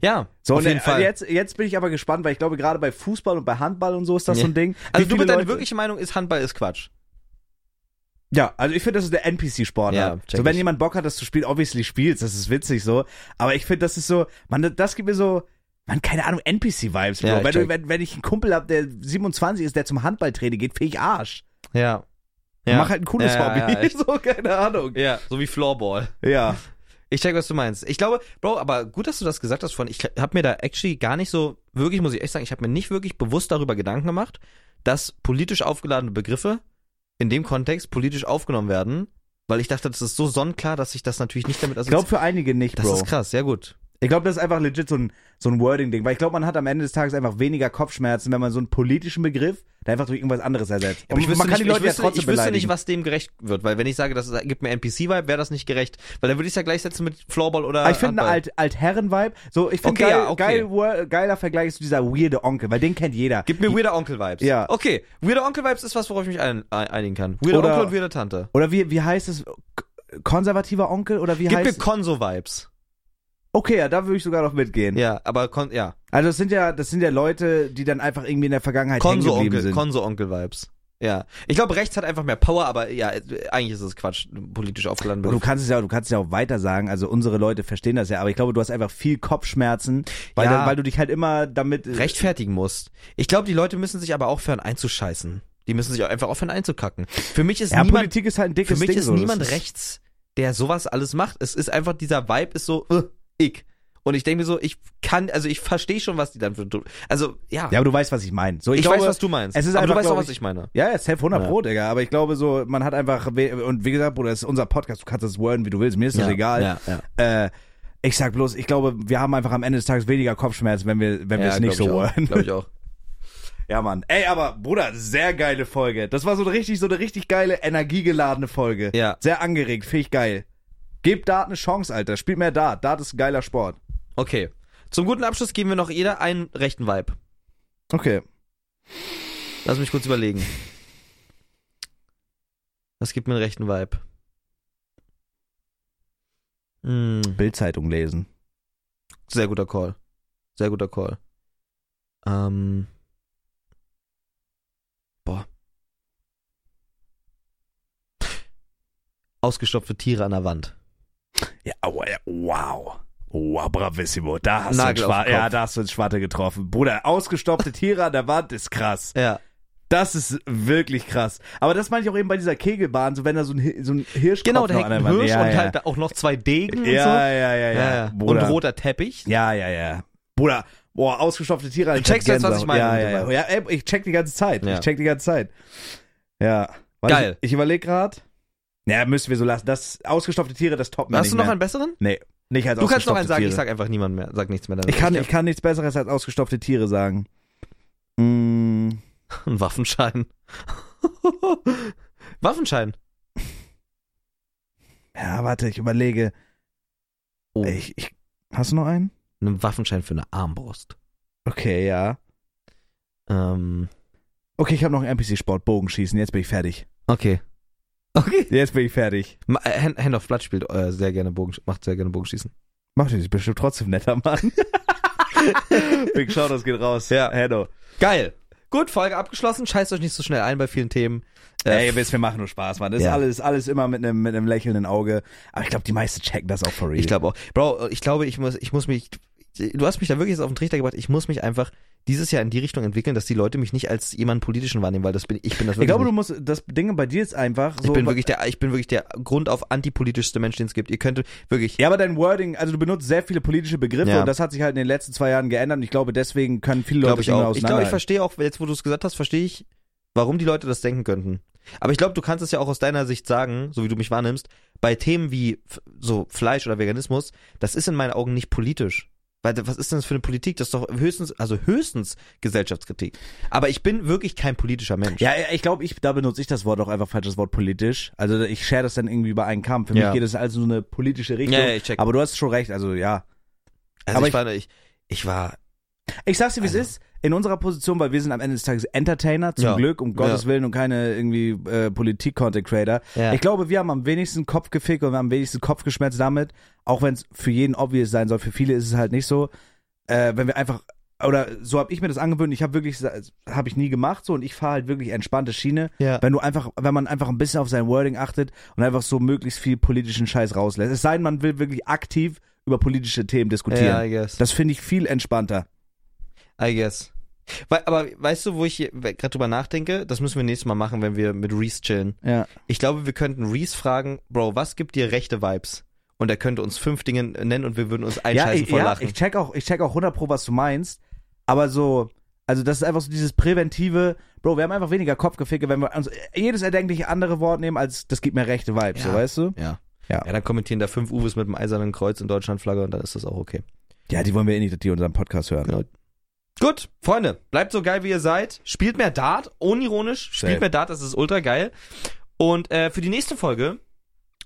Ja,
So,
auf
und
jeden
äh,
Fall.
Jetzt, jetzt bin ich aber gespannt, weil ich glaube, gerade bei Fußball und bei Handball und so ist das so ein
Ja.
Ding.
also
Wie
du
viele
mit deiner
Leute-
wirklichen Meinung ist Handball ist Quatsch.
Ja, also ich finde, das ist der NPC-Sport.
Ja,
Ja,
check
ne? so, wenn
ich.
jemand Bock hat, das zu spielen, obviously spielst, das ist witzig so. Aber ich finde, das ist so, man, das gibt mir so, man, keine Ahnung, NPC-Vibes, Bro.
Ja, ich
wenn, du,
check.
wenn, wenn ich einen Kumpel hab, der 27 ist, der zum Handballtraining geht, finde ich Arsch.
Ja.
Mach halt ein cooles
Ja,
Hobby.
ja, ja, echt.
so, keine Ahnung.
Ja, so wie Floorball.
Ja.
Ich check, was du meinst. Ich glaube, Bro, aber gut, dass du das gesagt hast von, ich habe mir da actually gar nicht so, wirklich muss ich echt sagen, ich habe mir nicht wirklich bewusst darüber Gedanken gemacht, dass politisch aufgeladene Begriffe in dem Kontext politisch aufgenommen werden, weil ich dachte, das ist so sonnenklar, dass ich das natürlich nicht damit
Ich glaube, für einige nicht,
Das
Bro.
ist krass, ja gut.
Ich glaube, das ist einfach legit so ein, so ein Wording-Ding, weil ich glaube, man hat am Ende des Tages einfach weniger Kopfschmerzen, wenn man so einen politischen Begriff da einfach durch irgendwas anderes ersetzt.
Aber ich wüsste,
man
nicht, ich, wüsste, ich wüsste
beleidigen.
nicht, was dem gerecht wird, weil wenn ich sage, das ist- gibt mir NPC-Vibe, wäre das nicht gerecht. Weil dann würde ich es ja gleichsetzen mit Floorball oder
Aber ich finde
Handball.
alt Altherren-Vibe, so ich finde
Ah, Okay,
geil,
ja, okay.
geil, wor- geiler Vergleich ist dieser weirde Onkel, weil den kennt jeder.
Gib mir Weirder Onkel-Vibes.
Ja.
Okay, Weirder Onkel-Vibes ist was, worauf ich mich ein, ein, einigen kann. Weirder
Oder-
Onkel und Weirder Tante.
Oder wie wie heißt es K- konservativer Onkel oder wie
Gib mir
heißt
Konso-Vibes.
Okay, ja, da würde ich sogar noch mitgehen.
Ja, aber Kon ja.
Also das sind ja das sind ja Leute, die dann einfach irgendwie in der Vergangenheit hängen geblieben
Konso-Onkel,
sind.
Konso-Onkel-Vibes. Ja. Ich glaube, rechts hat einfach mehr Power, aber ja, eigentlich ist es Quatsch, politisch aufgeladen.
Und du kannst es ja, du kannst es ja auch weiter sagen. Also unsere Leute verstehen das ja, aber ich glaube, du hast einfach viel Kopfschmerzen, weil,
Ja.
du- weil du dich halt immer damit äh,
rechtfertigen musst. Ich glaube, die Leute müssen sich aber aufhören einzuscheißen. Die müssen sich auch einfach aufhören einzukacken. Für mich ist
Ja,
niemand,
Politik ist halt ein
für
dickes
mich
Ding.
ist
so. Das
niemand rechts, der sowas alles macht. Es ist einfach dieser Vibe ist so äh, ich. Und ich denke mir so, ich kann, also ich verstehe schon, was die dann für, also ja.
Ja, aber du weißt, was ich meine. So,
ich
glaube,
weiß, was du meinst.
es ist
aber
einfach,
du weißt auch,
glaub
was
ich-
ich meine.
Ja, ja, safe 100
Ja.
Pro, Digga. Aber ich glaube so, man hat einfach, we- und wie gesagt, Bruder, das ist unser Podcast, du kannst das worden, wie du willst, mir ist das
Ja,
egal.
ja, ja.
Äh, ich sag bloß, ich glaube, wir haben einfach am Ende des Tages weniger Kopfschmerzen, wenn wir, wenn wir es nicht so wollen.
Glaube ich auch.
Ja, Mann. Ey, aber Bruder, sehr geile Folge. Das war so eine richtig, so eine richtig geile, energiegeladene Folge.
Ja.
Sehr angeregt, finde ich geil. Gebt Dart eine Chance, Alter. Spielt mehr Dart. Dart ist ein geiler Sport.
Okay. Zum guten Abschluss geben wir noch jeder einen rechten Vibe.
Okay.
Lass mich kurz überlegen. Was gibt mir einen rechten Vibe? Hm,
Bildzeitung lesen.
sehr guter Call. Sehr guter Call. Ähm. Boah. Ausgestopfte Tiere an der Wand.
Ja, aua, ja, wow. Wow, bravissimo. Da hast,
Nagel
du einen
auf
Schwa-
den Kopf.
ja, da hast du einen Schwarte getroffen. Bruder, ausgestopfte Tiere an der Wand ist krass.
Ja.
Das ist wirklich krass. Aber das meine ich auch eben bei dieser Kegelbahn, so wenn da so ein, Hi- so ein Hirsch
Genau,
Kopf
da
noch
hängt
an der
ein
Wand.
Hirsch
ja,
und
ja.
halt auch noch zwei Degen
ja,
und so.
ja, ja, ja,
Und
Bruder.
roter Teppich.
Ja, ja, ja. Bruder, boah, ausgestopfte Tiere. Du
checkst jetzt, was ich meine
Ja,
mit
ja, ja.
dabei.
ja ey, ich check die ganze Zeit.
Ja.
Ich check die ganze Zeit. Ja. Warte,
Geil.
Ich, ich überlege gerade. Ja, müssen wir so lassen. Das ausgestopfte Tiere, das toppen wir
Hast
nicht
du noch
mehr.
einen besseren?
Nee, nicht als
Du kannst noch
ausgestopfte
einen sagen,
Tiere.
ich sag einfach niemand mehr, sag nichts mehr damit.
Ich kann, ich kann nichts Besseres als ausgestopfte Tiere sagen. Mm,
Ein Waffenschein. Waffenschein.
ja, warte, ich überlege.
Oh,
Ich, ich, hast du noch einen?
einen Waffenschein für eine Armbrust.
Okay, ja.
Ähm,
Okay, ich habe noch einen NPC-Sport, Bogenschießen. Jetzt bin ich fertig.
okay. Okay.
Jetzt bin ich fertig.
Ma- äh, Hand, Hand of Blood spielt äh, sehr gerne Bogen, macht sehr gerne Bogenschießen.
Mach dich bestimmt trotzdem netter, Mann. Big Shout, das geht raus. Ja, hello.
Geil. Gut, Folge abgeschlossen. Scheißt euch nicht so schnell ein bei vielen Themen. Äh,
Ey, ihr wisst, wir machen nur Spaß, Mann. Das
Ja.
ist alles, alles immer mit einem, mit einem lächelnden Auge. Aber ich glaube, die meisten checken das auch for real.
ich glaube auch. Bro, ich glaube, ich muss, ich muss mich. Du hast mich da wirklich jetzt auf den Trichter gebracht. Ich muss mich einfach dieses Jahr in die Richtung entwickeln, dass die Leute mich nicht als jemanden politischen wahrnehmen, weil das bin ich bin das
ich
wirklich.
glaube, du
nicht.
musst, das Ding bei dir ist einfach so.
ich bin wirklich der ich bin wirklich der grundauf antipolitischste Mensch, den es gibt. Ihr könntet wirklich
Ja, aber dein Wording, also du benutzt sehr viele politische Begriffe
Ja.
und das hat sich halt in den letzten zwei Jahren geändert und ich glaube, deswegen können viele Leute
Glaube ich
nicht mehr
auch. Ich glaube, ich
auseinander.
verstehe auch, jetzt wo du es gesagt hast, verstehe ich, warum die Leute das denken könnten. Aber ich glaube, du kannst es ja auch aus deiner Sicht sagen, so wie du mich wahrnimmst, bei Themen wie f- so Fleisch oder Veganismus, das ist in meinen Augen nicht politisch. Weil da- was ist denn das für eine Politik? Das ist doch höchstens, also höchstens Gesellschaftskritik. Aber ich bin wirklich kein politischer Mensch.
ja, ich glaube, ich, da benutze ich das Wort auch einfach falsch, das Wort politisch. Also ich share das dann irgendwie über einen Kamm. Für
Ja.
mich geht es also so eine politische Richtung.
Ja, ja, ich check.
Aber du hast schon recht, also ja.
also
aber
ich,
ich-
war, ich, ich war,
Ich sag's dir, wie es
Also-
ist. In unserer Position, weil wir sind am Ende des Tages Entertainer, zum
Ja.
Glück, um Gottes Willen und keine irgendwie äh, Politik-Content-Creator.
Ja.
Ich glaube, wir haben am wenigsten Kopfgefick und wir haben am wenigsten Kopfgeschmerz damit, auch wenn es für jeden obvious sein soll. Für viele ist es halt nicht so. Äh, wenn wir einfach, oder so habe ich mir das angewöhnt, ich habe wirklich, habe ich nie gemacht so und ich fahre halt wirklich entspannte Schiene.
Ja.
Wenn du einfach, wenn man einfach ein bisschen auf sein Wording achtet und einfach so möglichst viel politischen Scheiß rauslässt. Es sei denn, man will wirklich aktiv über politische Themen diskutieren.
Ja, I guess.
Das finde ich viel entspannter.
I guess. Weil, aber weißt du, wo ich hier gerade drüber nachdenke? Das müssen wir nächstes Mal machen, wenn wir mit Reese chillen.
Ja.
Ich glaube, wir könnten Reese fragen, Bro, was gibt dir rechte Vibes? Und er könnte uns fünf Dinge nennen und wir würden uns
ja,
einscheißen
ich,
vor
ja,
Lachen.
ich check auch, ich check auch 100 pro, was du meinst, aber so, also das ist einfach so dieses präventive, Bro, wir haben einfach weniger Kopfgeficke, wenn wir uns jedes erdenkliche andere Wort nehmen, als das gibt mir rechte Vibes,
Ja.
so weißt du?
ja.
Ja.
ja, dann kommentieren da fünf Uwes mit dem eisernen Kreuz in Deutschlandflagge und dann ist das auch okay.
Ja, die wollen wir eh nicht, dass die unseren Podcast hören.
Genau. Gut, Freunde, bleibt so geil, wie ihr seid. Spielt mehr Dart, unironisch. Spielt
Safe.
mehr Dart, das ist ultra geil. Und äh, für die nächste Folge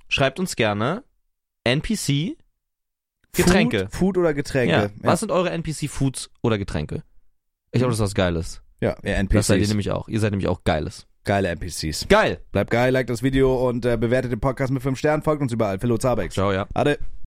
schreibt uns gerne NPC. Getränke.
Food, Food oder Getränke.
Ja. Was sind eure NPC-Foods oder Getränke? Ich glaube, das ist was Geiles.
Ja, ja
Das seid ihr
NPCs.
nämlich auch. Ihr seid nämlich auch Geiles.
Geile NPCs.
Geil.
Bleibt geil, like das Video und äh, bewertet den Podcast mit 5 Sternen, folgt uns überall. Philo Zabex.
Ciao, ja.
Ade.